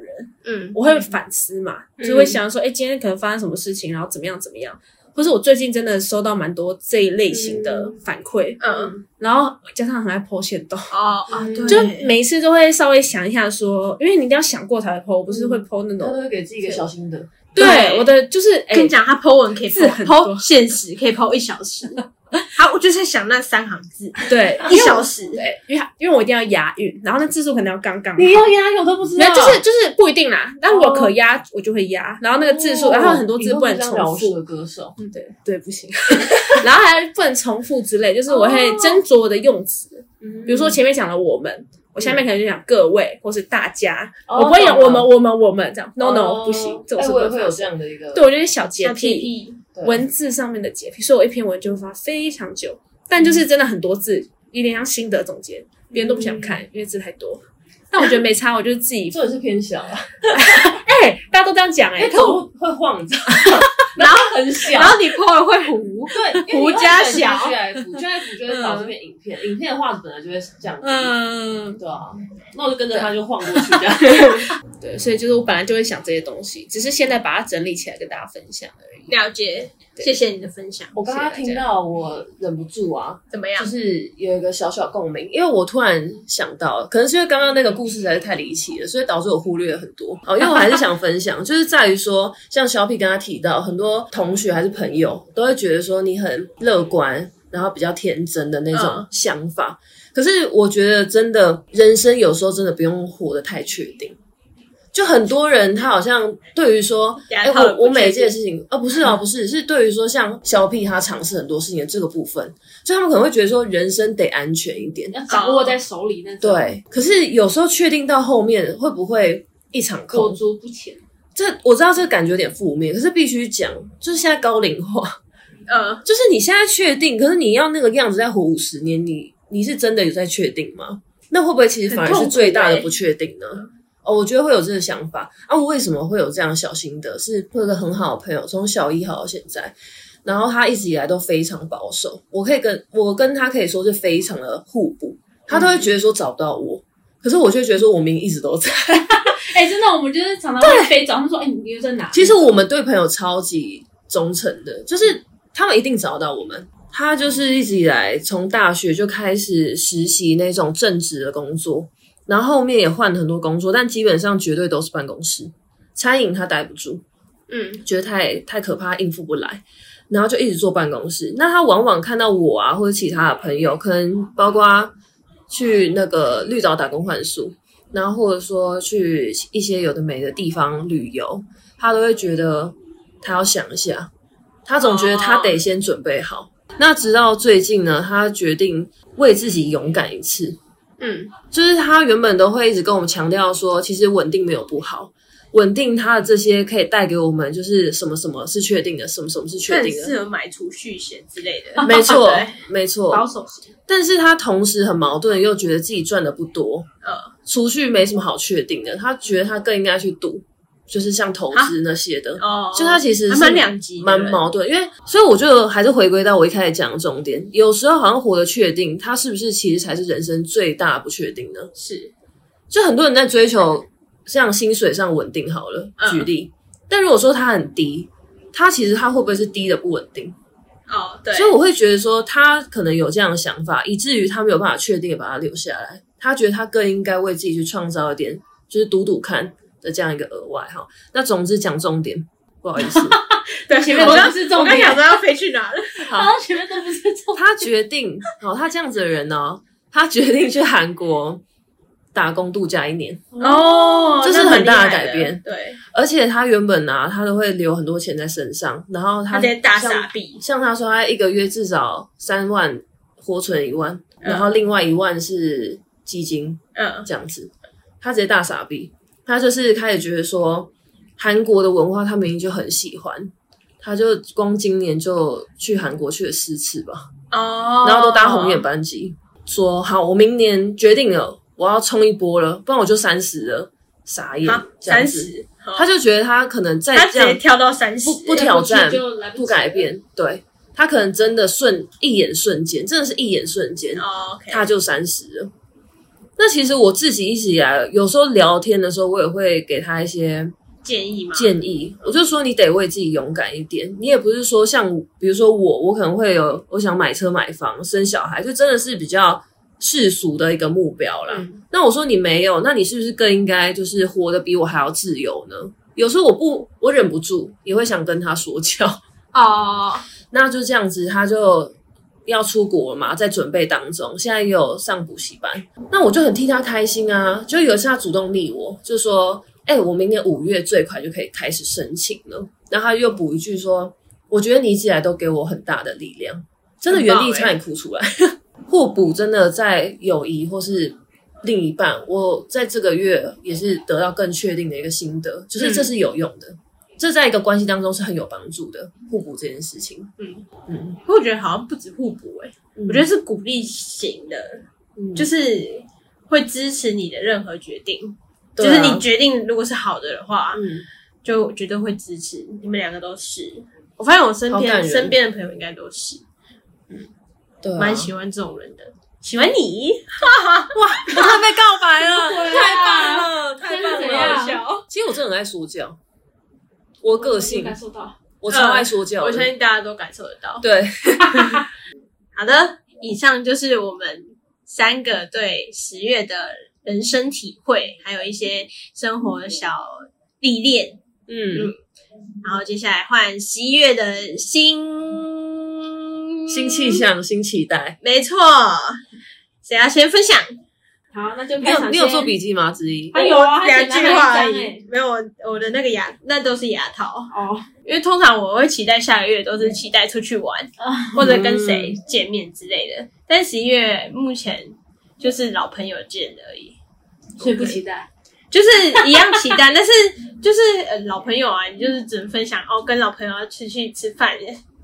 S1: 人，
S5: 嗯，
S1: 我会反思嘛，就会想说，哎，今天可能发生什么事情，然后怎么样怎么样，或是我最近真的收到蛮多这一类型的反馈，
S5: 嗯，
S1: 然后加上很爱剖线动。
S5: 哦啊，对，
S1: 嗯就每一次都会稍微想一下说，因为你一定要想过才会剖，我不是会剖那
S4: 他
S1: 种。
S4: 都会给自己一个小心的，
S1: 嗯对，我的就是哎
S5: 跟你，讲，他 Po 文可以
S1: 字
S5: Po
S1: 很多
S5: po 现实，可以 Po 一小时。好，我就在想那三行字，
S1: 对，
S5: 一小时。
S1: 对，因为它因为我一定要押韵，然后那字数可能要刚刚好。
S4: 你要压有都不知
S1: 没
S4: 道，
S1: 有，就是就是不一定啦。但我
S4: 哦
S1: 可压，我就会压。然后那个字数，然后很多字不能重
S4: 是
S1: 复。
S4: 的歌手，
S1: 嗯，对对，不行。 然后还不能重复之类，就是我
S4: 哦
S1: 会斟酌我的用词。嗯
S4: 嗯
S1: 比如说前面讲了我们，我下面可能就讲各位或是大家，
S4: 哦
S1: 我不会有
S4: 懂了
S1: 我们我们我们这样。No
S4: 哦
S1: no，不行，这种
S4: 哎
S1: 是不
S4: 我也
S1: 能
S4: 会
S1: 发
S4: 有
S1: 生。
S4: 这样的一个
S1: 对，我就是小洁
S5: 小洁
S1: 癖，
S5: 癖，
S4: 对
S1: 文字上面的洁癖，所以我一篇文就会发非常久，但
S4: 嗯
S1: 就是真的很多字，有点像心得总结，别人都不想看，
S4: 嗯
S1: 因为字太多。但我觉得没差，我就是自己
S4: 这也是偏小啊，
S1: 哎、大家都这 样讲哎、
S4: 哎，
S1: 可我
S4: 头 会晃，你知道吗然后很小
S5: 然。后你 Po 了会糊，
S4: 对，因为
S5: 胡
S4: 你会
S5: 家
S4: 选
S5: 小
S4: GIF GIF 就会导致变影片，影片的画质本来就会是这样子，
S1: 嗯，
S4: 对啊，那我就跟着他就晃过去这样。
S1: 对， 所以就是我本来就会想这些东西，只是现在把它整理起来跟大家分享而已。
S5: 了解。谢谢你的分享，
S4: 我刚刚听到，我忍不住啊，
S5: 怎么样
S4: 就？
S1: 哎
S4: 是有一个小小共鸣，因为我突然想到，可能是因为刚刚那个故事实在是太离奇了，所以导致我忽略了很多。哦，因为我还是想分 享，就是在于说，像小 P 刚刚提到，很多同学还是朋友都会觉得说你很乐观，然后比较天真的那种
S5: 嗯
S4: 想法。可是我觉得，真的人生有时候真的不用活得太确定。就很多人他好像对于说，
S5: 牙
S4: 哎、
S5: 套的
S4: 我我
S5: 不确定
S4: 每一件事情，啊、不是啊，不是，是对于说像肖 P 他尝试很多事情的这个部分，就他们可能会觉得说人生得安全一点，
S6: 要掌握在手里那种，，
S4: 对。可是有时候确定到后面会不会一场
S6: 裹
S4: 空？
S6: 足不前，
S4: 这我知道这个感觉有点负面，可是必须讲，就是现在高龄化。
S5: 呃，
S4: 就是你现在确定，可是你要那个样子再活五十年，你你是真的有在确定吗？那会不会其实反而是最大的不确定呢？哦，我觉得会有这个想法啊。我为什么会有这样小心得？是我有个很好的朋友，从小一好到现在，然后他一直以来都非常保守。我可以跟我跟他可以说是非常的互补，他都会觉得说找不到我，可是我却觉得说我明明一直都在。
S3: 哎、真的，我们就是常常会飞走，他们说，哎、你又在哪？
S4: 其实我们对朋友超级忠诚的，就是他们一定找到我们。他就是一直以来从大学就开始实习那种正职的工作，然后后面也换了很多工作，但基本上绝对都是办公室。餐饮他待不住，
S5: 嗯，
S4: 觉得太太可怕，应付不来，然后就一直坐办公室。那他往往看到我啊，或者其他的朋友，可能包括去那个绿岛打工换宿，然后或者说去一些有的没的地方旅游，他都会觉得他要想一下，他总觉得他得先准备好。那直到最近呢，他决定为自己勇敢一次。
S5: 嗯，
S4: 就是他原本都会一直跟我们强调说，其实稳定没有不好，稳定他的这些可以带给我们就是什么什么是确定的，什么什么是确
S5: 很
S4: 定的。
S5: 适合买储蓄险之类 的。
S4: 没错
S5: 对，
S4: 没错。
S3: 保守型，
S4: 但是他同时很矛盾，又觉得自己赚的不多，
S5: 呃，
S4: 储蓄没什么好确定的。他觉得他更应该去赌，就是像投资那些的。
S5: 哦，
S4: 就他其实
S5: 还
S4: 是
S5: 蛮两极的
S4: 蛮
S5: 人，
S4: 矛盾，因为所以我就还是回归到我一开始讲的重点，有时候好像活得确定，它是不是其实才是人生最大的不确定呢？
S5: 是
S4: 就很多人在追求像薪水上稳定好了，
S5: 嗯
S4: 举例，但如果说它很低，它其实它会不会是低的不稳定？
S5: 哦，对，
S4: 所以我会觉得说，他可能有这样的想法，以至于他没有办法确定地把它留下来。他觉得他更应该为自己去创造一点，就是赌赌看的这样一个额外哈。那总之讲重点，不好意 思。
S5: 对
S3: 前面
S5: 我
S3: 不
S5: 刚
S3: 是重点
S5: 我刚想说要飞去哪了，
S4: 好
S3: 然后前面都不是重点，
S4: 他决定，哦，他这样子的人呢、他决定去韩国打工度假一年，
S5: 哦
S4: 这是很大的改变。
S5: 对，
S4: 而且他原本啊，他都会留很多钱在身上，然后他
S5: 他直接大
S4: 像
S5: 傻逼，
S4: 像他说，他一个月至少三万，活存一万，
S5: 嗯
S4: 然后另外一万是基金
S5: 嗯，
S4: 这样子，他直接大傻逼，他就是开始觉得说，韩国的文化他明明就很喜欢。他就光今年就去韩国去了四次吧，
S5: 哦，
S4: 然后都搭红眼，班机，说好我明年决定了，我要冲一波了，不然我就三十了，傻眼
S5: 啊，
S4: 这样
S5: 三
S4: 子，
S5: 十，
S4: 他就觉得他可能再
S5: 他直
S4: 这
S5: 接
S4: 样
S5: 跳到三十，
S4: 不不挑
S3: 不
S4: 战
S3: 去就来不及
S4: 不改变，对他可能真的瞬一眼瞬间，真的是一眼瞬间，
S5: 哦，OK，
S4: 他就三十了。那其实我自己一直以来，有时候聊天的时候，我也会给他一些
S5: 建议嘛，
S4: 建议，我就说你得为自己勇敢一点。你也不是说像比如说我，我可能会有我想买车、买房、生小孩，就真的是比较世俗的一个目标啦。那我说你没有，那你是不是更应该就是活得比我还要自由呢？有时候我不，我忍不住也会想跟他说教。
S5: 哦，
S4: 那就这样子，他就要出国了嘛，在准备当中，现在也有上补习班，那我就很替他开心啊。就有一次他主动密我，就说：“哎、我明年五月最快就可以开始申请了。”然后他又补一句说：“我觉得你一直以来都给我很大的力量，真的原地差点哭出来。 互补真的在友谊或是另一半，我在这个月也是得到更确定的一个心得，就是这是有用的。这在一个关系当中是很有帮助的，互补这件事情。嗯，
S5: 我觉得好像不止互补哎，我觉得是鼓励型的，
S4: 嗯
S5: 就是是会支持你的任何决定，就
S4: 对
S5: 是
S4: 啊
S5: 你决定如果是好的的话，
S4: 嗯，
S5: 就绝对会支持你们两个都是。我发现我身
S4: 好感
S5: 边
S4: 人
S5: 身边的朋友应该都是
S4: 对、啊，
S5: 蛮喜欢这种人的，喜欢你，
S4: 我他被告白
S5: 啊
S4: 了，
S3: 太棒了，
S4: 了，太
S3: 棒了怎样
S5: 笑。
S4: 其实我真的很爱说教，我个性
S3: 感受到。
S4: 嗯我超爱说教的，
S5: 我相信大家都感受得到。
S4: 对，
S5: 好的，以上就是我们三个对十月的人生体会，还有一些生活小历练。
S4: 嗯，
S5: 然后接下来换十一月的新
S4: 新气，象，新期待。
S5: 没错。谁要先分享？
S3: 好，那就
S4: 你
S3: 开
S4: 有
S3: 场
S4: 你有
S3: 先
S4: 做笔记吗？之一，
S3: 他有啊，他
S5: 两
S3: 简单
S5: 句话
S3: 还有
S5: 而
S3: 一张欸
S5: 已。没有，我的那个牙那都是牙套。
S3: 哦，
S5: 因为通常我会期待下个月都是期待出去玩，或者跟谁见面之类的。但十一月目前就是老朋友见而已，
S3: 所以不期待。
S5: 就是一样期 待，但是就是呃老朋友啊，你就是只能分享哦，跟老朋友要出去吃饭，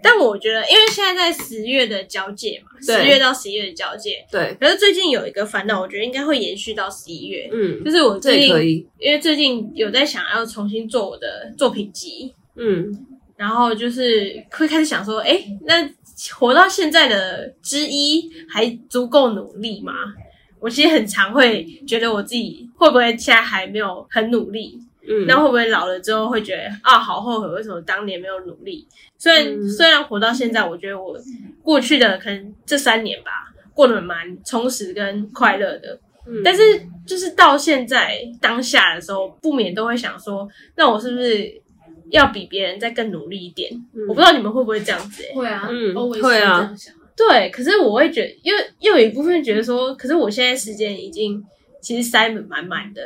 S5: 但我觉得，因为现在在十月的交界嘛，
S4: 对
S5: 十月到十一月的交界，
S4: 对，
S5: 可是最近有一个烦恼，我觉得应该会延续到十一月，
S4: 嗯，
S5: 就是我
S4: 这
S5: 最
S4: 也可
S5: 近
S4: 以，
S5: 因为最近有在想要重新做我的作品集，
S4: 嗯，
S5: 然后就是会开始想说，哎，那活到现在的之一还足够努力吗？我其实很常会觉得我自己会不会现在还没有很努力，
S4: 嗯，
S5: 那会不会老了之后会觉得啊，好后悔，为什么当年没有努力？虽然、
S4: 嗯
S5: 虽然活到现在，我觉得我过去的可能这三年吧，过得蛮充实跟快乐的。
S4: 嗯
S5: 但是就是到现在当下的时候，不免都会想说，那我是不是要比别人再更努力一点？我不知道你们会不会这样子、欸？
S3: 会啊，
S4: 嗯
S3: always
S4: 会啊
S3: 这样想，
S5: 对，可是我会觉得，又又有一部分觉得说，可是我现在时间已经其实塞满满满的，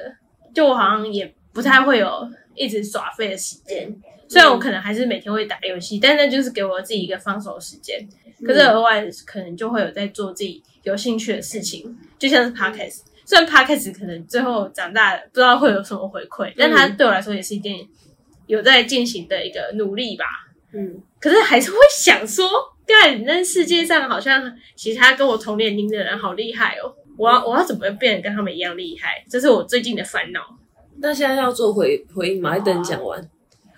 S5: 就我好像也不太会有一直耍废的时间。虽然我可能还是每天会打游戏，但那就是给我自己一个放手时间。可是额外可能就会有在做自己有兴趣的事情，就像是 podcast。虽然 podcast 可能最后长大了不知道会有什么回馈，但它对我来说也是一件有在进行的一个努力吧。
S4: 嗯，
S5: 可是还是会想说，干，那世界上好像其他跟我同年龄的人好厉害哦，我
S6: 嗯
S5: 要我要怎么变得跟他们一样厉害？这是我最近的烦恼。
S4: 那现在要做回回应吗？还是等你讲完？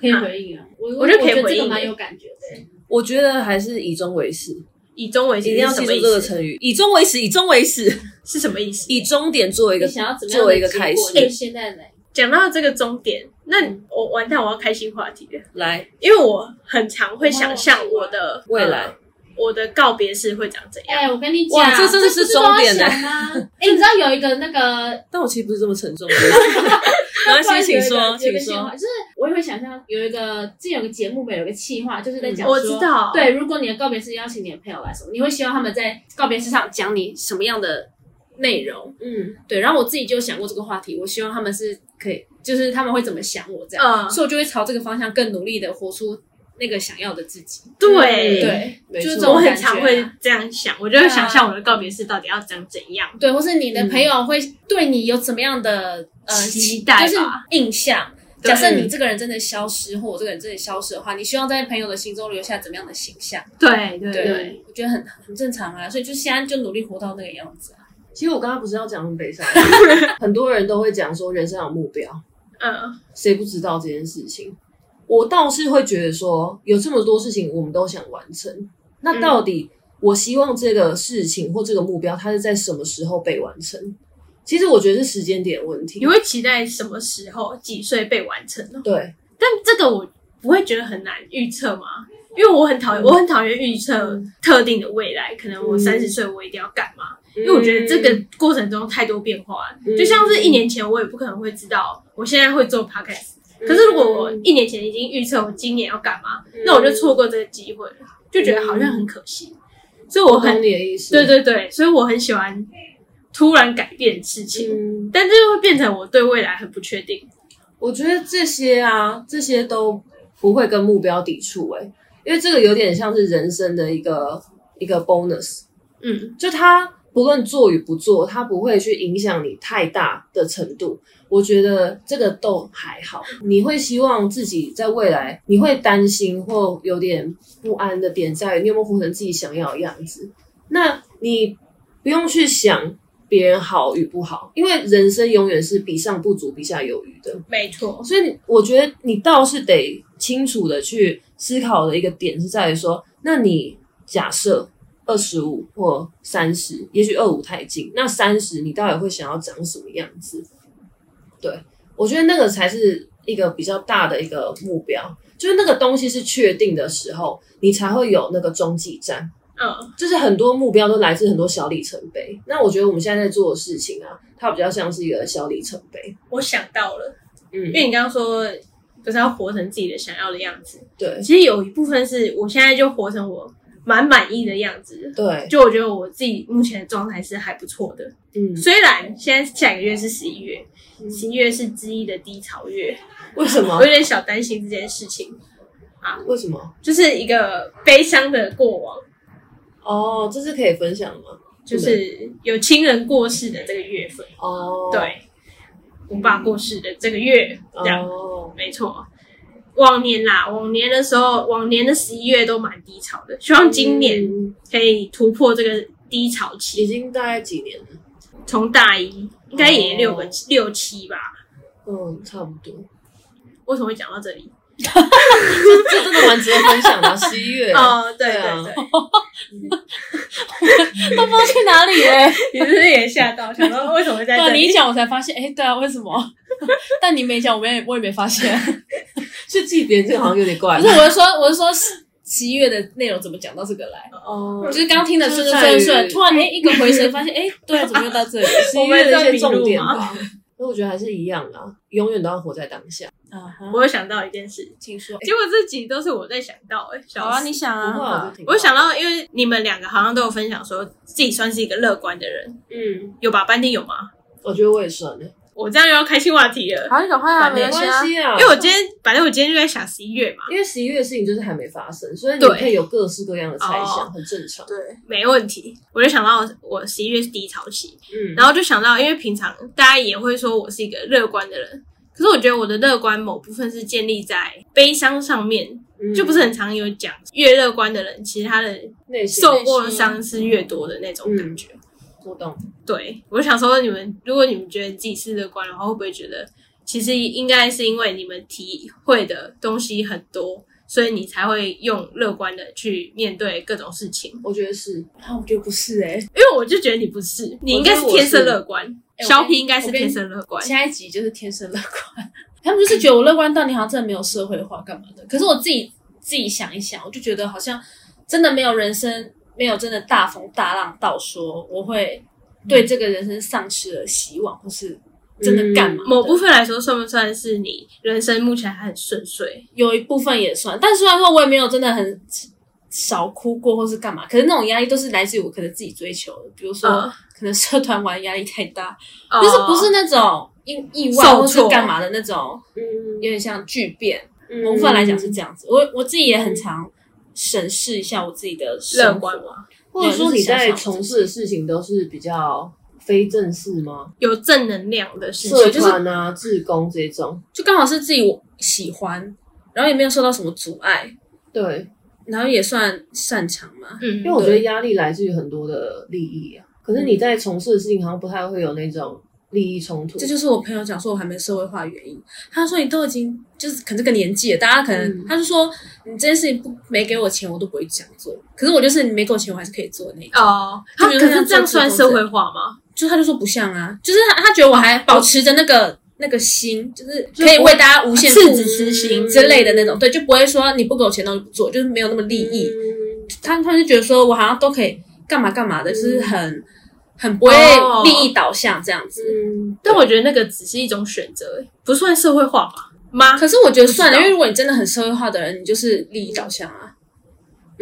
S3: 可以回应啊。我
S5: 我觉得可以
S3: 这
S5: 回
S3: 个
S5: 应
S3: 蛮有感觉的欸。
S4: 我觉得还是以终为始，
S5: 以终为
S4: 一
S5: 始
S4: 定要
S5: 是什
S4: 记住
S5: 么
S4: 这
S5: 意
S4: 个
S5: 思？
S4: 成语，以终为始，以终为始，
S5: 是什么意思？
S4: 以终点作为一
S6: 你
S5: 嗯
S4: 个
S6: 想要怎么样
S4: 作为一个
S6: 的结
S4: 开
S6: 果
S4: 始
S6: 就现在来，
S5: 讲到这个终点，那我完蛋，我要开新话题了，
S4: 来
S5: 因为我很常会想象我的
S4: 未来
S5: 呃。我的告别式会长怎
S6: 哦
S5: 样？
S6: 哎，我跟你讲，
S4: 哇这真的是终点呢
S6: 这不是都要想吗哎，你知道有一个那个，
S4: 但我其实不是这么沉重 的。没关系，请说，
S6: 有一
S4: 请
S6: 个计划
S4: 说。
S6: 就是我也会想象有一个，之前有个节目没有一个企划，就是在讲
S5: 嗯我
S6: 说
S5: 知道，，
S6: 对，如果你的告别式邀请你的朋友来什么，你会希望他们在告别式上讲你什么样的内容？
S4: 嗯，
S6: 对，然后我自己就想过这个话题，我希望他们是可以，就是他们会怎么想我这样，
S5: 嗯，
S6: 所以我就会朝这个方向更努力的活出那个想要的自己。
S5: 对，
S6: 对，
S4: 没
S6: 就是这
S5: 我
S6: 种
S4: 错。
S5: 很
S6: 感觉啊
S5: 常会这样想，我就会想象我的告别式到底要长怎样。
S6: 对，或是你的朋友会对你有怎么样的呃
S5: 嗯期待吧
S6: 就是印象。
S5: 对
S6: 假设你这个人真的消失，或我这个人真的消失的话，你希望在朋友的心中留下怎么样的形象？
S5: 对对
S6: 对，我觉得很很正常啊，所以就现在就努力活到那个样子 啊。
S4: 其实我刚刚不是要讲很悲伤， 很多人都会讲说人生有目标，
S5: 嗯，
S4: 谁不知道这件事情？我倒是会觉得说，有这么多事情我们都想完成，
S5: 嗯
S4: 那到底我希望这个事情或这个目标，它是在什么时候被完成？其实我觉得是时间点问题
S5: 你。会期待什么时候、几岁被完成呢？
S4: 对，
S5: 但这个我不会觉得很难预测吗？因为我很讨厌，我很讨厌预测特定的未来，可能我
S4: 嗯
S5: 三十岁我一定要干嘛？因为我觉得这个过程中太多变化了，
S4: 嗯
S5: 就像是一年前我也不可能会知道我现在会做 podcast，可
S4: 嗯
S5: 是如果我一年前已经预测我今年要干嘛，那我就错过这个机会了，就觉得好像很可惜。所以我
S4: 我
S5: 很
S4: 懂你的意思。
S5: 对，对对，所以我很喜欢突然改变事情，
S4: 嗯，
S5: 但这又会变成我对未来很不确定。
S4: 我觉得这些啊，这些都不会跟目标抵触诶、因为这个有点像是人生的一个一个 bonus。
S5: 嗯，
S4: 就他不论做与不做，他不会去影响你太大的程度。我觉得这个都还好。你会希望自己在未来，你会担心或有点不安的点在于你有没有活成自己想要的样子。那你不用去想别人好与不好，因为人生永远是比上不足，比下有余的。
S5: 没错，
S4: 哦所以你我觉得你倒是得清楚的去思考的一个点是在于说，那你假设二十五或三十，也许二五太近，那三十你到底会想要长什么样子？对我觉得那个才是一个比较大的一个目标，就是那个东西是确定的时候，你才会有那个中继站。
S5: 嗯，
S4: 就是很多目标都来自很多小里程碑。那我觉得我们现在在做的事情啊，它比较像是一个小里程碑。
S5: 我想到了，
S4: 嗯
S5: 因，为你刚刚说不是要活成自己的想要的样子，
S4: 对
S5: 其实有一部分是我现在就活成我蛮满意的样子。
S4: 对，
S5: 就我觉得我自己目前的状态是还不错的，
S4: 嗯，
S5: 虽然现在下个月是十一月，十一月是之一的低潮月，
S4: 为什么
S5: 我有？点小担心这件事情，
S4: 为什么？
S5: 就是一个悲伤的过往。
S4: 哦，这是可以分享的吗？
S5: 就是有亲人过世的这个月份，
S4: 哦，
S5: 对，我爸过世的这个月，这样、
S4: 哦，
S5: 没错。往年啦，往年的时候，往年的十一月都蛮低潮的，希望
S4: 嗯
S5: 今年可以突破这个低潮
S4: 已
S5: 期。
S4: 经大概几年了，
S5: 从大一应该也六个、六七吧，
S4: 嗯，差不 多。
S5: 为什么会讲到这里？
S4: 这这真的蛮值得分 享的。啊十一月，
S5: 哦，对
S4: 对啊
S5: 对对，
S2: 都不知道去哪里 嘞。
S5: 你是不是也吓到？想说为什么会在这
S1: 对啊哦你一
S5: 里？
S1: 讲，我才发现，哎，对啊，为什么？ 但你没讲，我也我也没发现。
S4: 去记别人这个好像有点 怪
S1: 不是，。我是说，我是说十一月的内容怎么讲到这个来？
S4: 哦
S1: 就是刚听的顺顺
S4: 就是
S1: 顺
S4: 在于
S1: 顺，突然哎一个回神，发现哎，对啊，怎么又到 这里？
S4: 十一月的一些重点
S5: 我
S4: 吧。所以我觉得还是一样啊，永远都要活在当下。
S1: 啊哈，
S5: 我有想到一件事，
S1: 请说。
S5: 结果这集都是我在想到、欸，哎，
S2: 好
S5: 小
S2: 啊，你想
S4: 不会啊，
S2: 啊
S4: 我就，挺好
S5: 我想到，因为你们两个好像都有分享说自己算是一个乐观的人，
S6: 嗯，
S5: 有吧？班定有吗？
S4: 我觉得我也算了，
S5: 我这样又要开新话题了，
S2: 好，你赶快啊，没
S4: 没
S2: 关系啊
S4: 关。系啊，
S5: 因为我今天反正我今天就在想十一月嘛，
S4: 因为十一月的事情就是还没发生，所以你
S5: 对
S4: 可以有各式各样的猜想，
S5: 哦
S4: 很正常。
S2: 对，
S5: 没问题，我就想到我十一月是低潮期，
S4: 嗯，
S5: 然后就想到，因为平常大家也会说我是一个乐观的人，可是我觉得我的乐观某部分是建立在悲伤上面，
S4: 嗯
S5: 就不是很常有讲，越乐观的人，其实他的
S4: 内心嗯
S5: 受过的伤是越多的那种感觉。
S4: 我懂，
S5: 对，我想说，你们如果你们觉得自己是乐观的话，会不会觉得其实应该是因为你们体会的东西很多，所以你才会用乐观的去面对各种事情？
S4: 我觉得是
S1: 啊，我觉得不是哎，
S5: 因为我就觉得你不是，你应该是哎天生乐观，
S1: 我
S5: 肖皮应该是天生乐观。
S1: 下一集就是天生乐观。他们就是觉得我乐观到你好像真的没有社会化干嘛的。可是我自己自己想一想，我就觉得好像真的没有人生没有真的大风大浪到说我会对这个人生丧失了希望，或是真的干嘛的、
S5: 嗯某部分来说，算不算是你人生目前还很顺遂？
S1: 有一部分也算，但虽然说我也没有真的很少哭过或是干嘛，可是那种压力都是来自于我可能自己追求的，比如说、
S5: 嗯
S1: 可能社团玩压力太大，
S5: 就
S1: 就是不是那种意意外
S5: 受
S1: 或是
S5: 挫
S1: 干嘛的那种，有
S4: 嗯
S1: 点像巨变。某部分来讲是这样子，我我自己也很常审视一下我自己的
S5: 乐
S1: 生活
S5: 观，吗？
S4: 或者说你在从事的事情都是比较非正式吗？
S5: 有正能量的
S1: 嗯
S5: 事
S4: 社
S5: 情，就是
S4: 团啊、志工这种，
S1: 就刚好是自己我喜欢，然后也没有受到什么阻碍，
S4: 对，
S1: 然后也算擅长嘛。
S5: 嗯
S4: 因为我觉得压力来自于很多的利益啊。可是你
S1: 嗯
S4: 在从事的事情好像不太会有那种利益冲突，
S1: 这就是我朋友讲说我还没社会化的原因。他说你都已经就是可能这个年纪了，大家可能、
S4: 嗯
S1: 他就说你这件事情不没给我钱我都不会这样做，可是我就是你没给我钱我还是可以做那个。
S5: 哦，他
S1: 就比
S5: 可
S1: 如说
S5: 是这样算
S1: 像做
S5: 社会
S1: 自
S5: 化吗？
S1: 就他就说不像啊，就是他他觉得我还保持着那个那个心，就是可以为大家无限
S5: 赤
S1: 付
S5: 子之心
S1: 嗯之类的那种，对，就不会说你不给我钱那我就不做，就是没有那么利
S4: 嗯
S1: 益。他他就觉得说我好像都可以干嘛干嘛的，就是很很不会
S5: 哦
S1: 利益导向这样子。
S4: 嗯，
S5: 但我觉得那个只是一种选择，不算社会化吧？
S4: 哦
S5: 吗？
S1: 可是我觉得算了，
S5: 不知道
S1: 因为如果你真的很社会化的人，你就是利益导向啊，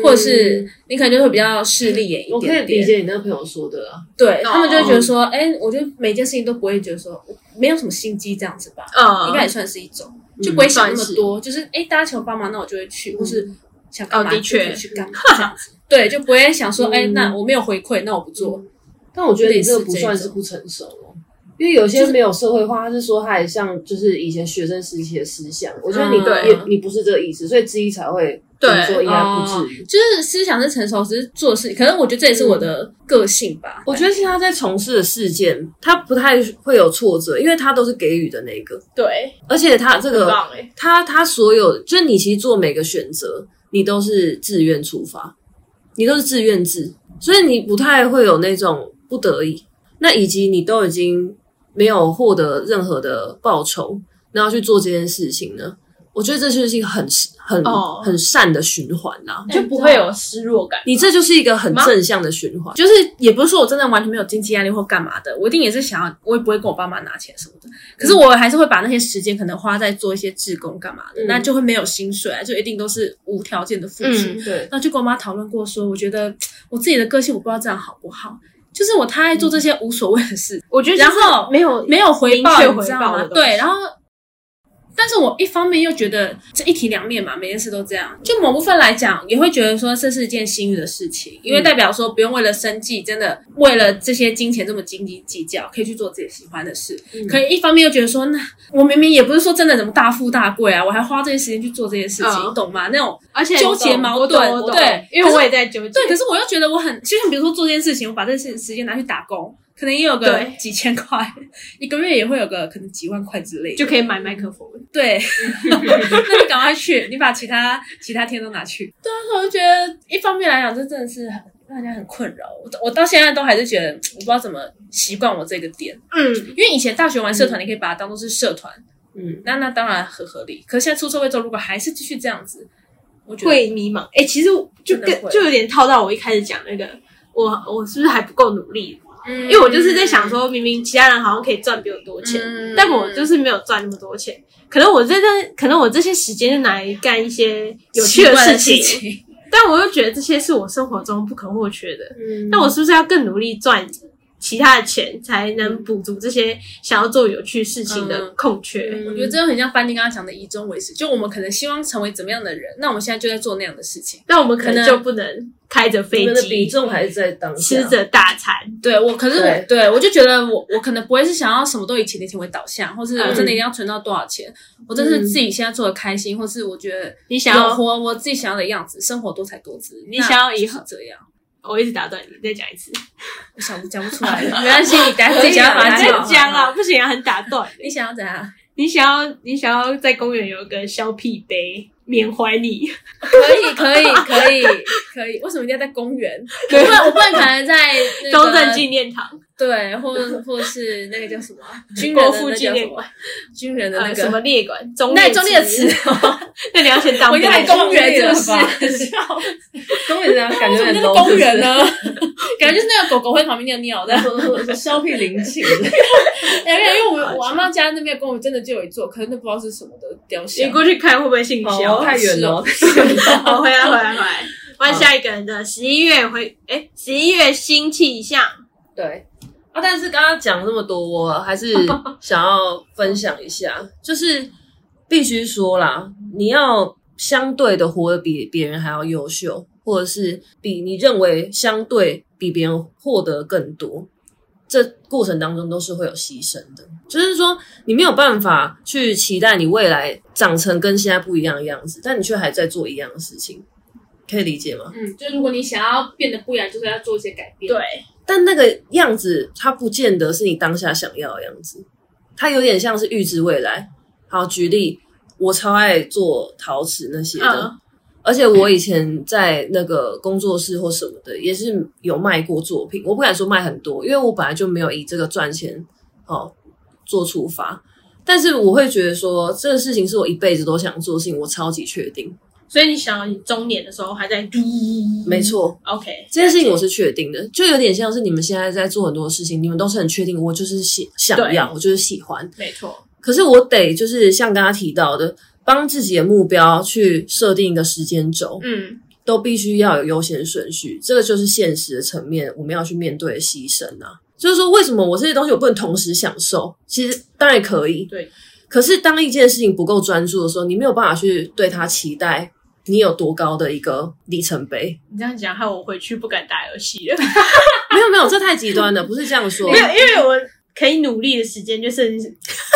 S1: 或者是你可能就会比较势利眼一
S4: 嗯我可以
S1: 点
S4: 理
S1: 点。
S4: 解你那个朋友说的啊，
S1: 对他们就会觉得
S5: 哦
S1: 说，哎、我觉得每件事情都不会觉得说没有什么心机这样子吧。
S5: 呃，
S4: 哦
S1: 应该也算是一种，就
S4: 嗯
S1: 不会想那
S5: 算
S1: 么
S5: 是
S1: 多，嗯就是嗯哎、诶大家求帮忙，那我就会去，或是想干嘛
S5: 哦的确
S1: 就去干嘛这样子，对，就不会想说哎、诶那我没有回馈，那我不做，
S4: 但我觉得你这个不算是不成熟哦，因为有些没有社会化，他是说他还像就是以前学生时期的思想，我觉得你
S5: 嗯
S4: 也你不是这个意思，所以之一才会
S5: 对
S4: 怎么说应该不至于。
S1: 就是思想是成熟，只是做事，可能我觉得这也是我的个性吧。
S4: 我觉得是他在从事的事件，他不太会有挫折，因为他都是给予的那个，
S5: 对，
S4: 而且他这
S5: 很
S4: 个
S5: 棒哎，
S4: 他他所有，就是你其实做每个选择，你都是自愿出发，你都是自愿制，所以你不太会有那种不得已，那以及你都已经没有获得任何的报酬，然后去做这件事情呢？我觉得这就是一个很很、
S5: 哦
S4: 很善的循环呐、
S5: 就不会有失落感。
S4: 你这就是一个很正向的循环，
S1: 就是也不是说我真的完全没有经济压力或干嘛的，我一定也是想要，我也不会跟我爸妈拿钱什么的。可是我还是会把那些时间可能花在做一些志工干嘛的，
S4: 嗯
S1: 那就会没有薪水啊，就一定都是无条件的付出。
S5: 嗯
S4: 对，
S1: 那就跟我妈讨论过说，我觉得我自己的个性我不知道这样好不好，就是我太爱做这些无所谓的事，
S5: 我觉得
S1: 然后
S5: 没有
S1: 没有回报，
S5: 明确
S1: 你知
S5: 回
S1: 道
S5: 报
S1: 吗
S5: 的？东西
S1: 对，然后但是我一方面又觉得这一体两面嘛，每件事都这样。就某部分来讲，也会觉得说这是一件幸运的事情，因为代表说不用为了生计，真的为了这些金钱这么斤斤计较，可以去做自己喜欢的事。
S5: 嗯
S1: 可一方面又觉得说，那我明明也不是说真的怎么大富大贵啊，我还花这些时间去做这些事情，
S5: 嗯
S1: 你懂吗？那种
S5: 而且
S1: 纠结矛盾
S5: 我懂我懂
S1: 对
S5: 因为我也在纠结，
S1: 对，可是我又觉得我很，就像比如说做这件事情，我把这些时间拿去打工，可能也有个
S5: 对
S1: 几千块， 一个月也会有个可能几万块之类的，
S5: 就可以买麦克风了。
S1: 对， 那你赶快去，你把其他其他天都拿去。对啊，我就觉得一方面来讲，这真的是很让人家很困扰。我我到现在都还是觉得，嗯我不知道怎么习惯我这个点，
S5: 嗯，
S1: 因为以前大学玩社团，你可以把它当做是社团，
S4: 嗯，
S1: 那那当然很合理。可是现在出社会之后，如果还是继续这样子，我觉得
S5: 会迷茫。哎、其实我就
S1: 真的
S5: 跟
S1: 会
S5: 就有点套到我一开始讲那个，我我是不是还不够努力？
S1: 因
S5: 因为我就是在想说，明明其他人好像可以赚比我多钱，
S1: 嗯
S5: 但我就是没有赚那么多钱。可能我这段，可能我这些时间就拿来干一些有趣的事情，
S1: 情，
S5: 但我又觉得这些是我生活中不可或缺的。
S4: 嗯
S5: 那我是不是要更努力赚其他的钱，才
S1: 嗯
S5: 能补足这些想要做有趣事情的空缺？
S1: 我觉得这就很像班尼刚刚讲的以终为始，就我们可能希望成为怎么样的人，那我们现在就在做那样的事情。
S5: 那我们可
S1: 可
S5: 能
S1: 能
S5: 就不能开着
S4: 你
S5: 飞
S4: 们的比
S5: 机
S4: 重还是在当下
S5: 吃着大餐，
S1: 对我，可是我
S4: 对
S1: 对我就觉得我我可能不会是想要什么都以钱的钱为导向，或是我真的一定要存到多少钱，我真是自己现在做的开心，或是我觉得
S5: 你想
S1: 有
S5: 要，
S1: 活我自己想要的样子，生活多才多姿。
S5: 你想要以
S1: 后这样，
S5: 我一直打断你，再讲一 次。
S1: 我想不讲不出来，没关系，你等下自己想要把它
S5: 再
S1: 讲好。
S5: 讲啊，不行啊，很打断。
S1: 你想要怎样？
S5: 你想要，你想要在公园有一个削屁杯，缅怀你。
S1: 可以，可以， 可以，可以。为什么一定要在公园？我不能，我不能可能在那个
S5: 中正纪念堂，
S1: 对，或或是那个叫什 么军人
S5: 国
S1: 的
S5: 父
S1: 那
S5: 纪
S1: 叫什
S5: 念
S1: 么
S5: 馆，
S1: 军人的那
S5: 呃，什
S1: 个。
S5: 么列管，中
S1: 那
S5: 列
S1: 中列祠，
S5: 那你要先当
S1: 我
S5: 兵。
S1: 就来公园是不是？
S4: 公园这样感觉很 low，
S1: 公园呢， 感觉就是那个狗狗会在旁边尿尿的。
S4: 就是消费灵 性，
S1: 哎没有，因为我们我阿妈家那边公园真的就有一座，可是那不知道是什么啊的雕像
S5: 你。过去看会不会姓
S4: 哦
S5: 肖？
S4: 太远了，
S5: 好，哦回来回来回来，换下一个人的十一月回，哎，十一月新气象，
S4: 对啊，但是刚刚讲那么多，我还是想要分享一下，就是必须说啦，你要相对的活得比别人还要优秀，或者是比你认为相对比别人获得更多，这过程当中都是会有牺牲的。就是说，你没有办法去期待你未来长成跟现在不一样的样子，但你却还在做一样的事情，可以理解吗？
S6: 嗯，就是如果你想要变得不一样，就是要做一些改变。
S5: 对，
S4: 但那个样子，它不见得是你当下想要的样子，它有点像是预知未来。好，举例，我超爱做陶瓷那些的，
S5: 嗯
S4: 而且我以前在那个工作室或什么的，也是有卖过作品。我不敢说卖很多，因为我本来就没有以这个赚钱哦做出发。但是我会觉得说，这个事情是我一辈子都想做的事情，我超级确定。
S5: 所以你想要你中年的时候还在嘟
S4: 没错，
S5: ，OK，
S4: 这件事情我是确定的，就有点像是你们现在在做很多事情，你们都是很确定，我就是喜想要，我就是喜欢。
S5: 没错，
S4: 可是我得就是像刚刚提到的，帮自己的目标去设定一个时间轴，
S5: 嗯，
S4: 都必须要有优先顺序，这个就是现实的层面，我们要去面对的牺牲啊。就是说，为什么我这些东西我不能同时享受？其实当然可以，
S5: 对。
S4: 可是当一件事情不够专注的时候，你没有办法去对它期待你有多高的一个里程碑。
S5: 你这样讲害我回去不敢打游戏 了，
S4: 没有没有，这太极端了，不是这样说
S5: 没。有，因为我可以努力的时间就剩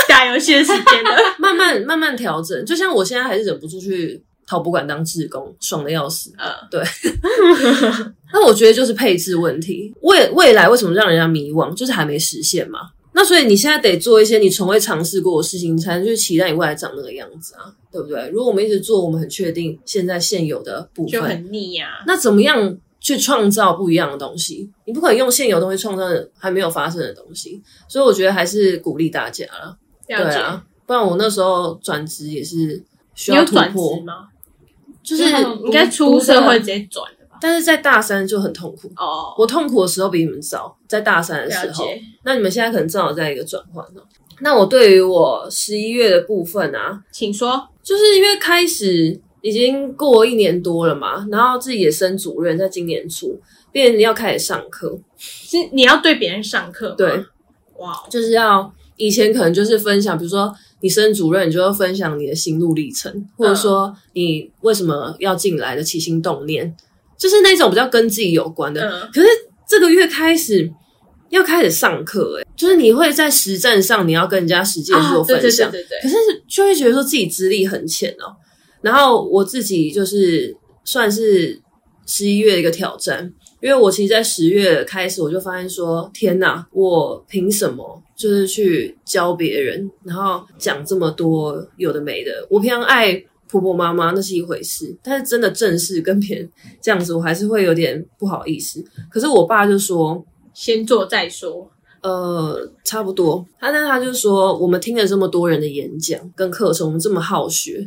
S5: 打游戏的时间 了，
S4: 慢慢慢慢调整，就像我现在还是忍不住去淘博馆当志工，爽的要死。
S5: 呃，
S4: 那我觉得就是配置问题，未未来为什么让人家迷惘，就是还没实现嘛。那所以你现在得做一些你从未尝试过的事情，你才能去期待你未来长那个样子啊，对不对？如果我们一直做我们很确定现在现有的部
S5: 就
S4: 分，
S5: 很腻啊呀，
S4: 那怎么样去创造不一样的东西？你不可能用现有的东西创造还没有发生的东西，所以我觉得还是鼓励大家啦。
S5: 了
S4: 对
S5: 解。
S4: 啊，不然我那时候转职也是需
S5: 你
S4: 要
S5: 有
S4: 突
S5: 转职
S4: 破，嗯
S5: 吗？
S4: 就是
S5: 应该出社会直，接转的吧？
S4: 但是在大三就很痛苦。
S5: 哦，
S4: 我痛苦的时候比你们早，在大三的
S5: 了
S4: 时候，
S5: 解，
S4: 那你们现在可能正好在一个转换哦。那我对于我十一月的部分啊，
S5: 请说。
S4: 就是因为开始已经过一年多了嘛，然后自己也升主任，在今年初，变成要开始上课，
S5: 是你要对别人上课吗？
S4: 对，
S5: 哇，哦
S4: 就是要以前可能就是分享，比如说你升主任，你就会分享你的心路历程，或者说你为什么要进来的起心动念，就是那种比较跟自己有关的。
S5: 嗯，
S4: 可是这个月开始要开始上课，哎，就是你会在实战上你要跟人家实际地做
S5: 啊对
S4: 分
S5: 对
S4: 享，
S5: 对对对，
S4: 可是就会觉得说自己资历很浅哦。然后我自己就是算是十一月的一个挑战，因为我其实，在十月开始我就发现说，天哪，我凭什么就是去教别人，然后讲这么多有的没的？我平常爱婆婆妈妈那是一回事，但是真的正式跟别人这样子，我还是会有点不好意思。可是我爸就说，
S5: 先做再说，
S4: 呃，差不多。他但他就说，我们听了这么多人的演讲跟课程，我们这么好学，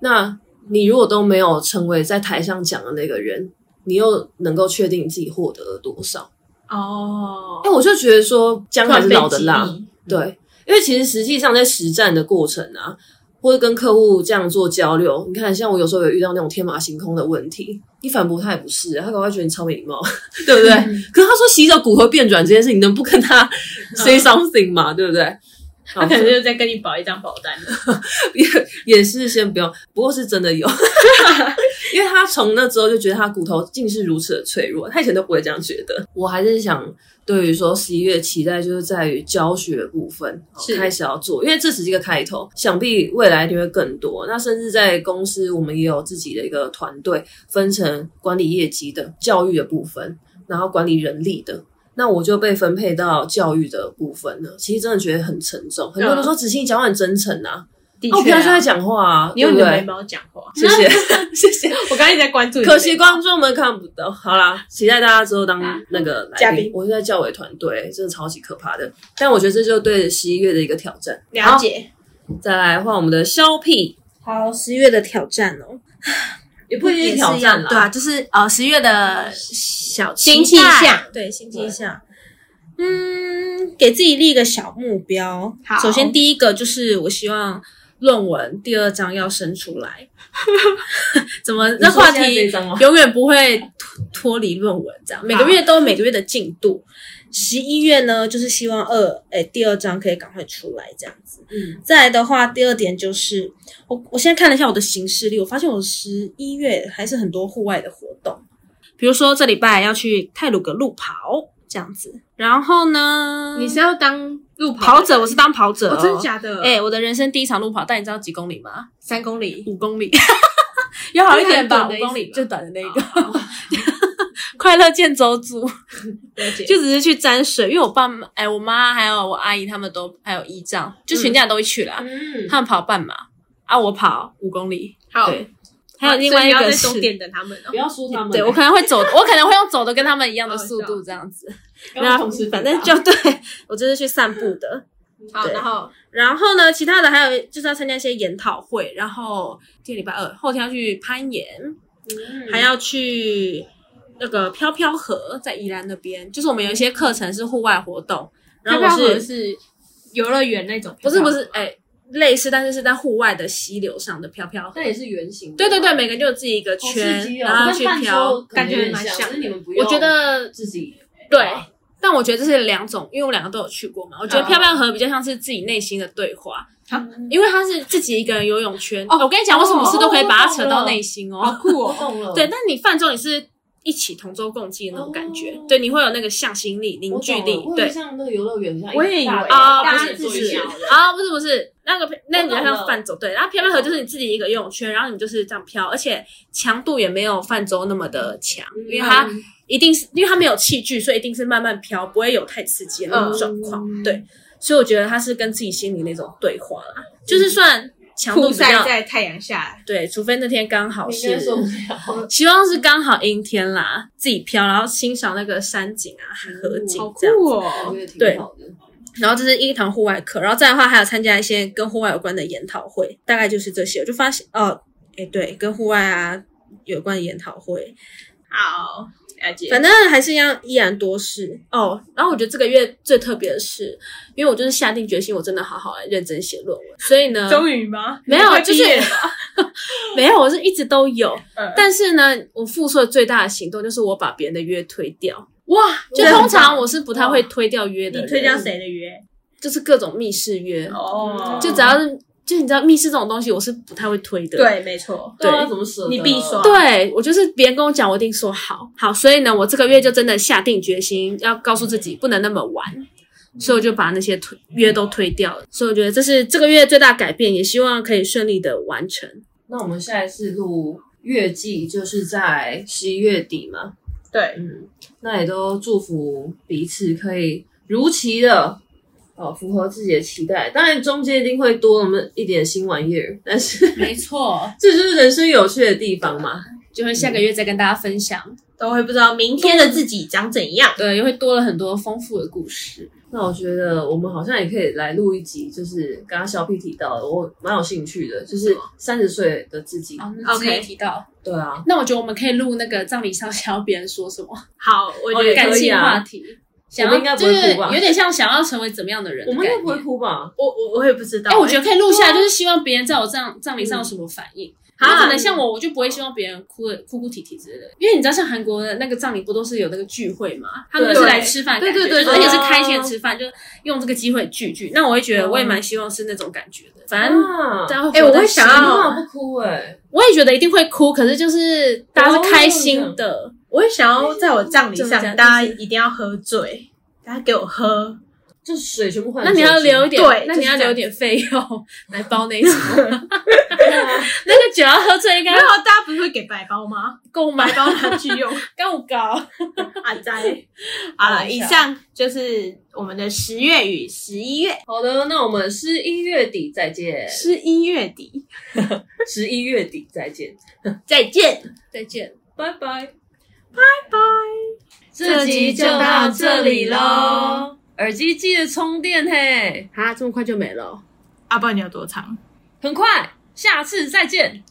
S4: 那你如果都没有成为在台上讲的那个人，你又能够确定自己获得了多少？
S5: 哦
S4: 哎，，我就觉得说，姜还是老的辣
S5: 突然被，激励
S4: 对，因为其实实际上在实战的过程啊，或者跟客户这样做交流，你看，像我有时候有遇到那种天马行空的问题，你反驳他也不是，他搞快觉得你超没礼貌， 对不对？
S5: 嗯
S4: 可是他说洗手骨头变软这件事，你能不跟他 say something 吗？对不对？
S5: 他可能就是在跟你保一张保单，
S1: 哦
S4: 也 也是先不用，不过是真的有， 因为他从那之后就觉得他骨头竟是如此的脆弱，他以前都不会这样觉得。我还是想对于说十一月期待就是在于教学的部分哦
S5: 是
S4: 开始要做，因为这只是一个开头，想必未来一定会更多。那甚至在公司，我们也有自己的一个团队，分成管理业绩的、教育的部分，然后管理人力的。那我就被分配到教育的部分了，其实真的觉得很沉重。很多人说子欣你讲话很真诚啊，
S5: 的
S4: 哦，我平常就在讲话啊，
S5: 你用你
S4: 对
S5: 的
S1: 欸
S4: 不对
S5: 眉毛讲话，
S4: 谢谢 谢谢。
S5: 我刚才一直在关注你的眉毛，
S4: 可惜观众们看不到。好啦，期待大家之后当那个来
S5: 嘉宾
S4: 我是在教委团队，真的超级可怕的。但我觉得这就对十一月的一个挑战。
S5: 了解，
S4: 再来换我们的肖屁，
S1: 好，十月的挑战哦，
S4: 也不一定是挑战啦，
S1: 对啊，就是呃，十月的小
S5: 新气
S1: 期待
S5: 象，
S1: 对新气象。嗯，给自己立一个小目标。
S5: 好
S1: 首先第一个就是我希望论文第二章要生出来。 怎么？那话
S4: 你说现在这一
S1: 题
S4: 张吗
S1: 永远不会脱脱离论文，这样每个月都有每个月的进度。十一月呢，就是希望二哎、第二章可以赶快出来这样子。嗯，再来的话，第二点就是我我现在看了一下我的行事历，我发现我十一月还是很多户外的活动。比如说这礼拜要去泰鲁格路跑这样子，然后呢，
S5: 你是要当路跑
S1: 啊跑
S5: 的人
S1: 者，我是当跑者、哦
S5: 哦，真的假的？
S1: 哎、我的人生第一场路跑，但你知道几公里吗？
S5: 三公里，
S1: 五公里， 有好一啊点吧，
S5: 那很短的
S1: 五
S5: 意思
S1: 公里
S5: 吧
S1: 就短的那个。快乐健走组
S5: 了解
S1: 就只是去沾水，因为我爸妈、哎、我妈还有我阿姨他们都还有姨丈，就全家都会去啦。
S7: 嗯，
S1: 他们跑半马啊，我跑五公里，
S5: 好
S1: 对还有另外
S5: 所以
S1: 一个
S5: 你要在终
S1: 是
S5: 点等他们哦
S4: 不。要输他们。
S1: 对我可能会 走，我可能会用走的跟他们一样的速度这样子，然后反正就对 我就是去散步的。
S5: 好，
S1: 对
S5: 然后
S1: 然后呢，其他的还有就是要参加一些研讨会，然后今天礼拜二后天要去攀岩，
S4: 嗯
S1: 嗯还要去那个飘飘河，在宜兰那边，就是我们有一些课程是户外活动，然后我
S5: 漂漂河
S1: 是
S5: 是游乐园那种，
S1: 不是不是哎、类似，但是是在户外的溪流上的飘飘河
S4: 但。也是圆形的，
S1: 对对对，每个人就有自己一个圈，
S4: 哦
S1: 然后去飘。
S4: 感
S5: 觉蛮
S4: 蛮
S5: 像
S4: 是你们不
S1: 我
S4: 用，
S1: 觉得
S4: 自己
S1: 对，但我觉得这是两种，因为我两个都有去过嘛。我觉
S5: 嗯
S1: 得漂漂河比较像是自己内心的对话
S5: 啊，
S1: 因为它是自己一个人游泳圈。哦，我跟你讲，我什么事都可以把它扯到内心
S5: 好
S1: 哦。
S5: 酷 哦。
S4: 动了
S1: 对，但你泛舟你是一起同舟共济的那种感觉
S4: 哦，
S1: 对，你会有那个向心力、凝聚力，对。
S4: 像那个游乐园一样，
S5: 我也以为欸
S1: 啊，
S5: 大
S1: 不
S5: 家
S1: 是
S5: 自
S1: 不
S5: 己
S1: 是
S5: 游
S1: 啊，不是不是，那个那你就
S4: 我懂
S1: 像
S4: 了
S1: 泛舟对，然后漂漂河就是你自己一个游泳圈，然后你就是这样漂，而且强度也没有泛舟那么的强，因为它一定是因为它没有器具，所以一定是慢慢漂，不会有太刺激的那种状况，对，所以我觉得它是跟自己心里那种对话啦，就是算强度
S5: 酷
S1: 比
S5: 晒
S1: 较
S5: 在太阳下，
S1: 对，除非那天刚好
S4: 应该
S1: 是。
S4: 受不了。
S1: 希望是刚好阴天啦，自己漂，然后欣赏那个山景啊、河景
S5: 好
S1: 这样。
S5: 酷
S4: 啊我
S5: 哦。
S4: 觉得挺
S1: 对
S4: 好的，
S1: 然后这是一堂户外课，然后再的话还有参加一些跟户外有关的研讨会，大概就是这些。我就发现哦，哎对，跟户外啊有关的研讨会，
S5: 好，了解。
S1: 反正还是一样依然多事哦。然后我觉得这个月最特别的是，因为我就是下定决心，我真的好好来认真写论文，所以呢，
S5: 终于吗？
S1: 呃没有
S5: 你快
S1: 就是
S5: 毕业了
S1: 没有，我是一直都有，
S5: 嗯
S1: 但是呢，我付出的最大的行动就是我把别人的约推掉。
S5: 哇，
S1: 就
S5: 真的
S1: 通常我是不太会推掉约的
S5: 你
S1: 人，
S5: 推掉谁的约？
S6: 就是各种密室约，
S5: 哦
S6: 就只要是就你知道密室这种东西，我是不太会推的。
S5: 对，没错，
S4: 对啊，怎么舍得？
S5: 你必刷，
S6: 对我就是别人跟我讲，我一定说好好，所以呢，我这个月就真的下定决心，要告诉自己不能那么玩，所以我就把那些推约都推掉了。所以我觉得这是这个月最大改变，也希望可以顺利的完成。
S4: 那我们下一次录月季就是在十一月底嘛，
S5: 对，
S4: 嗯，那也都祝福彼此可以如期的。哦，符合自己的期待，当然中间一定会多我们一点新玩意儿，但是
S1: 没错，
S4: 这就是人生有趣的地方嘛。
S6: 就会下个月再跟大家分享，
S5: 都会不知道明天的自己长怎样。
S6: 对，又会多了很多丰富的故事。
S4: 那我觉得我们好像也可以来录一集，就是刚刚小 P 提到的，我蛮有兴趣的，就是三十岁的自己。
S1: 好，那之前
S5: OK
S1: 提到，
S4: 对啊，
S1: 那我觉得我们可以录那个葬礼上想要别人说什么，
S5: 好，我觉
S4: 也
S5: 得
S4: 可
S1: 感
S4: 以
S1: 性
S4: 啊
S1: 话题，想
S4: 我
S1: 要
S4: 们应该不
S1: 就
S4: 会
S1: 是
S4: 哭吧
S1: 有点像想要成为怎么样的人
S4: 我
S1: 的
S4: 们
S1: 概
S4: 应
S1: 念，
S4: 该不会哭吧？
S5: 我我我也不知道。
S1: 哎、我觉
S5: 得
S1: 得可以录下来，就是希望别人在我葬葬礼上有什么反应。有
S5: 啊
S1: 可能像我，我就不会希望别人哭的哭哭啼啼之类的，因为你知道，像韩国的那个葬礼不都是有那个聚会嘛？他们就是来吃饭的感觉，
S5: 对对对
S1: 就是而
S5: 对
S1: 且是开心的吃饭，就用这个机会聚聚。那我也觉得，我也蛮希望是那种感觉的。反正
S4: 啊，
S1: 大家
S5: 哎
S1: 活
S5: 我
S1: 得
S5: 会想
S1: 幸福
S5: 要
S4: 不哭哎，
S1: 我也觉得一定会哭，可是就是大家是开心的，
S5: 我也想要在我葬礼上
S1: 怎么讲，
S5: 大家一定要喝醉，大家给我 喝。
S4: 就是水全部换。
S1: 那你要留一点，
S5: 对
S1: 那你要
S5: 就是这样
S1: 留点费用来包那一种， 那个酒要喝醉应该
S5: 没有，大家不是会给白包吗？
S1: 购
S5: 白
S1: 买
S5: 包拿去用。
S1: 够高。
S5: 阿呆， 好了，以上就是我们的十月与十一月，
S4: 好的，那我们十一月底再见，
S5: 十一月底
S4: 十一月底再见，
S5: 再见。
S1: 再见，
S4: 拜拜。
S5: 拜。
S4: 这集就到这里喽，耳机记得充电嘿，
S6: 啊，这么快就没了哦。
S5: 阿爸，你有多长？
S4: 很快，下次再见。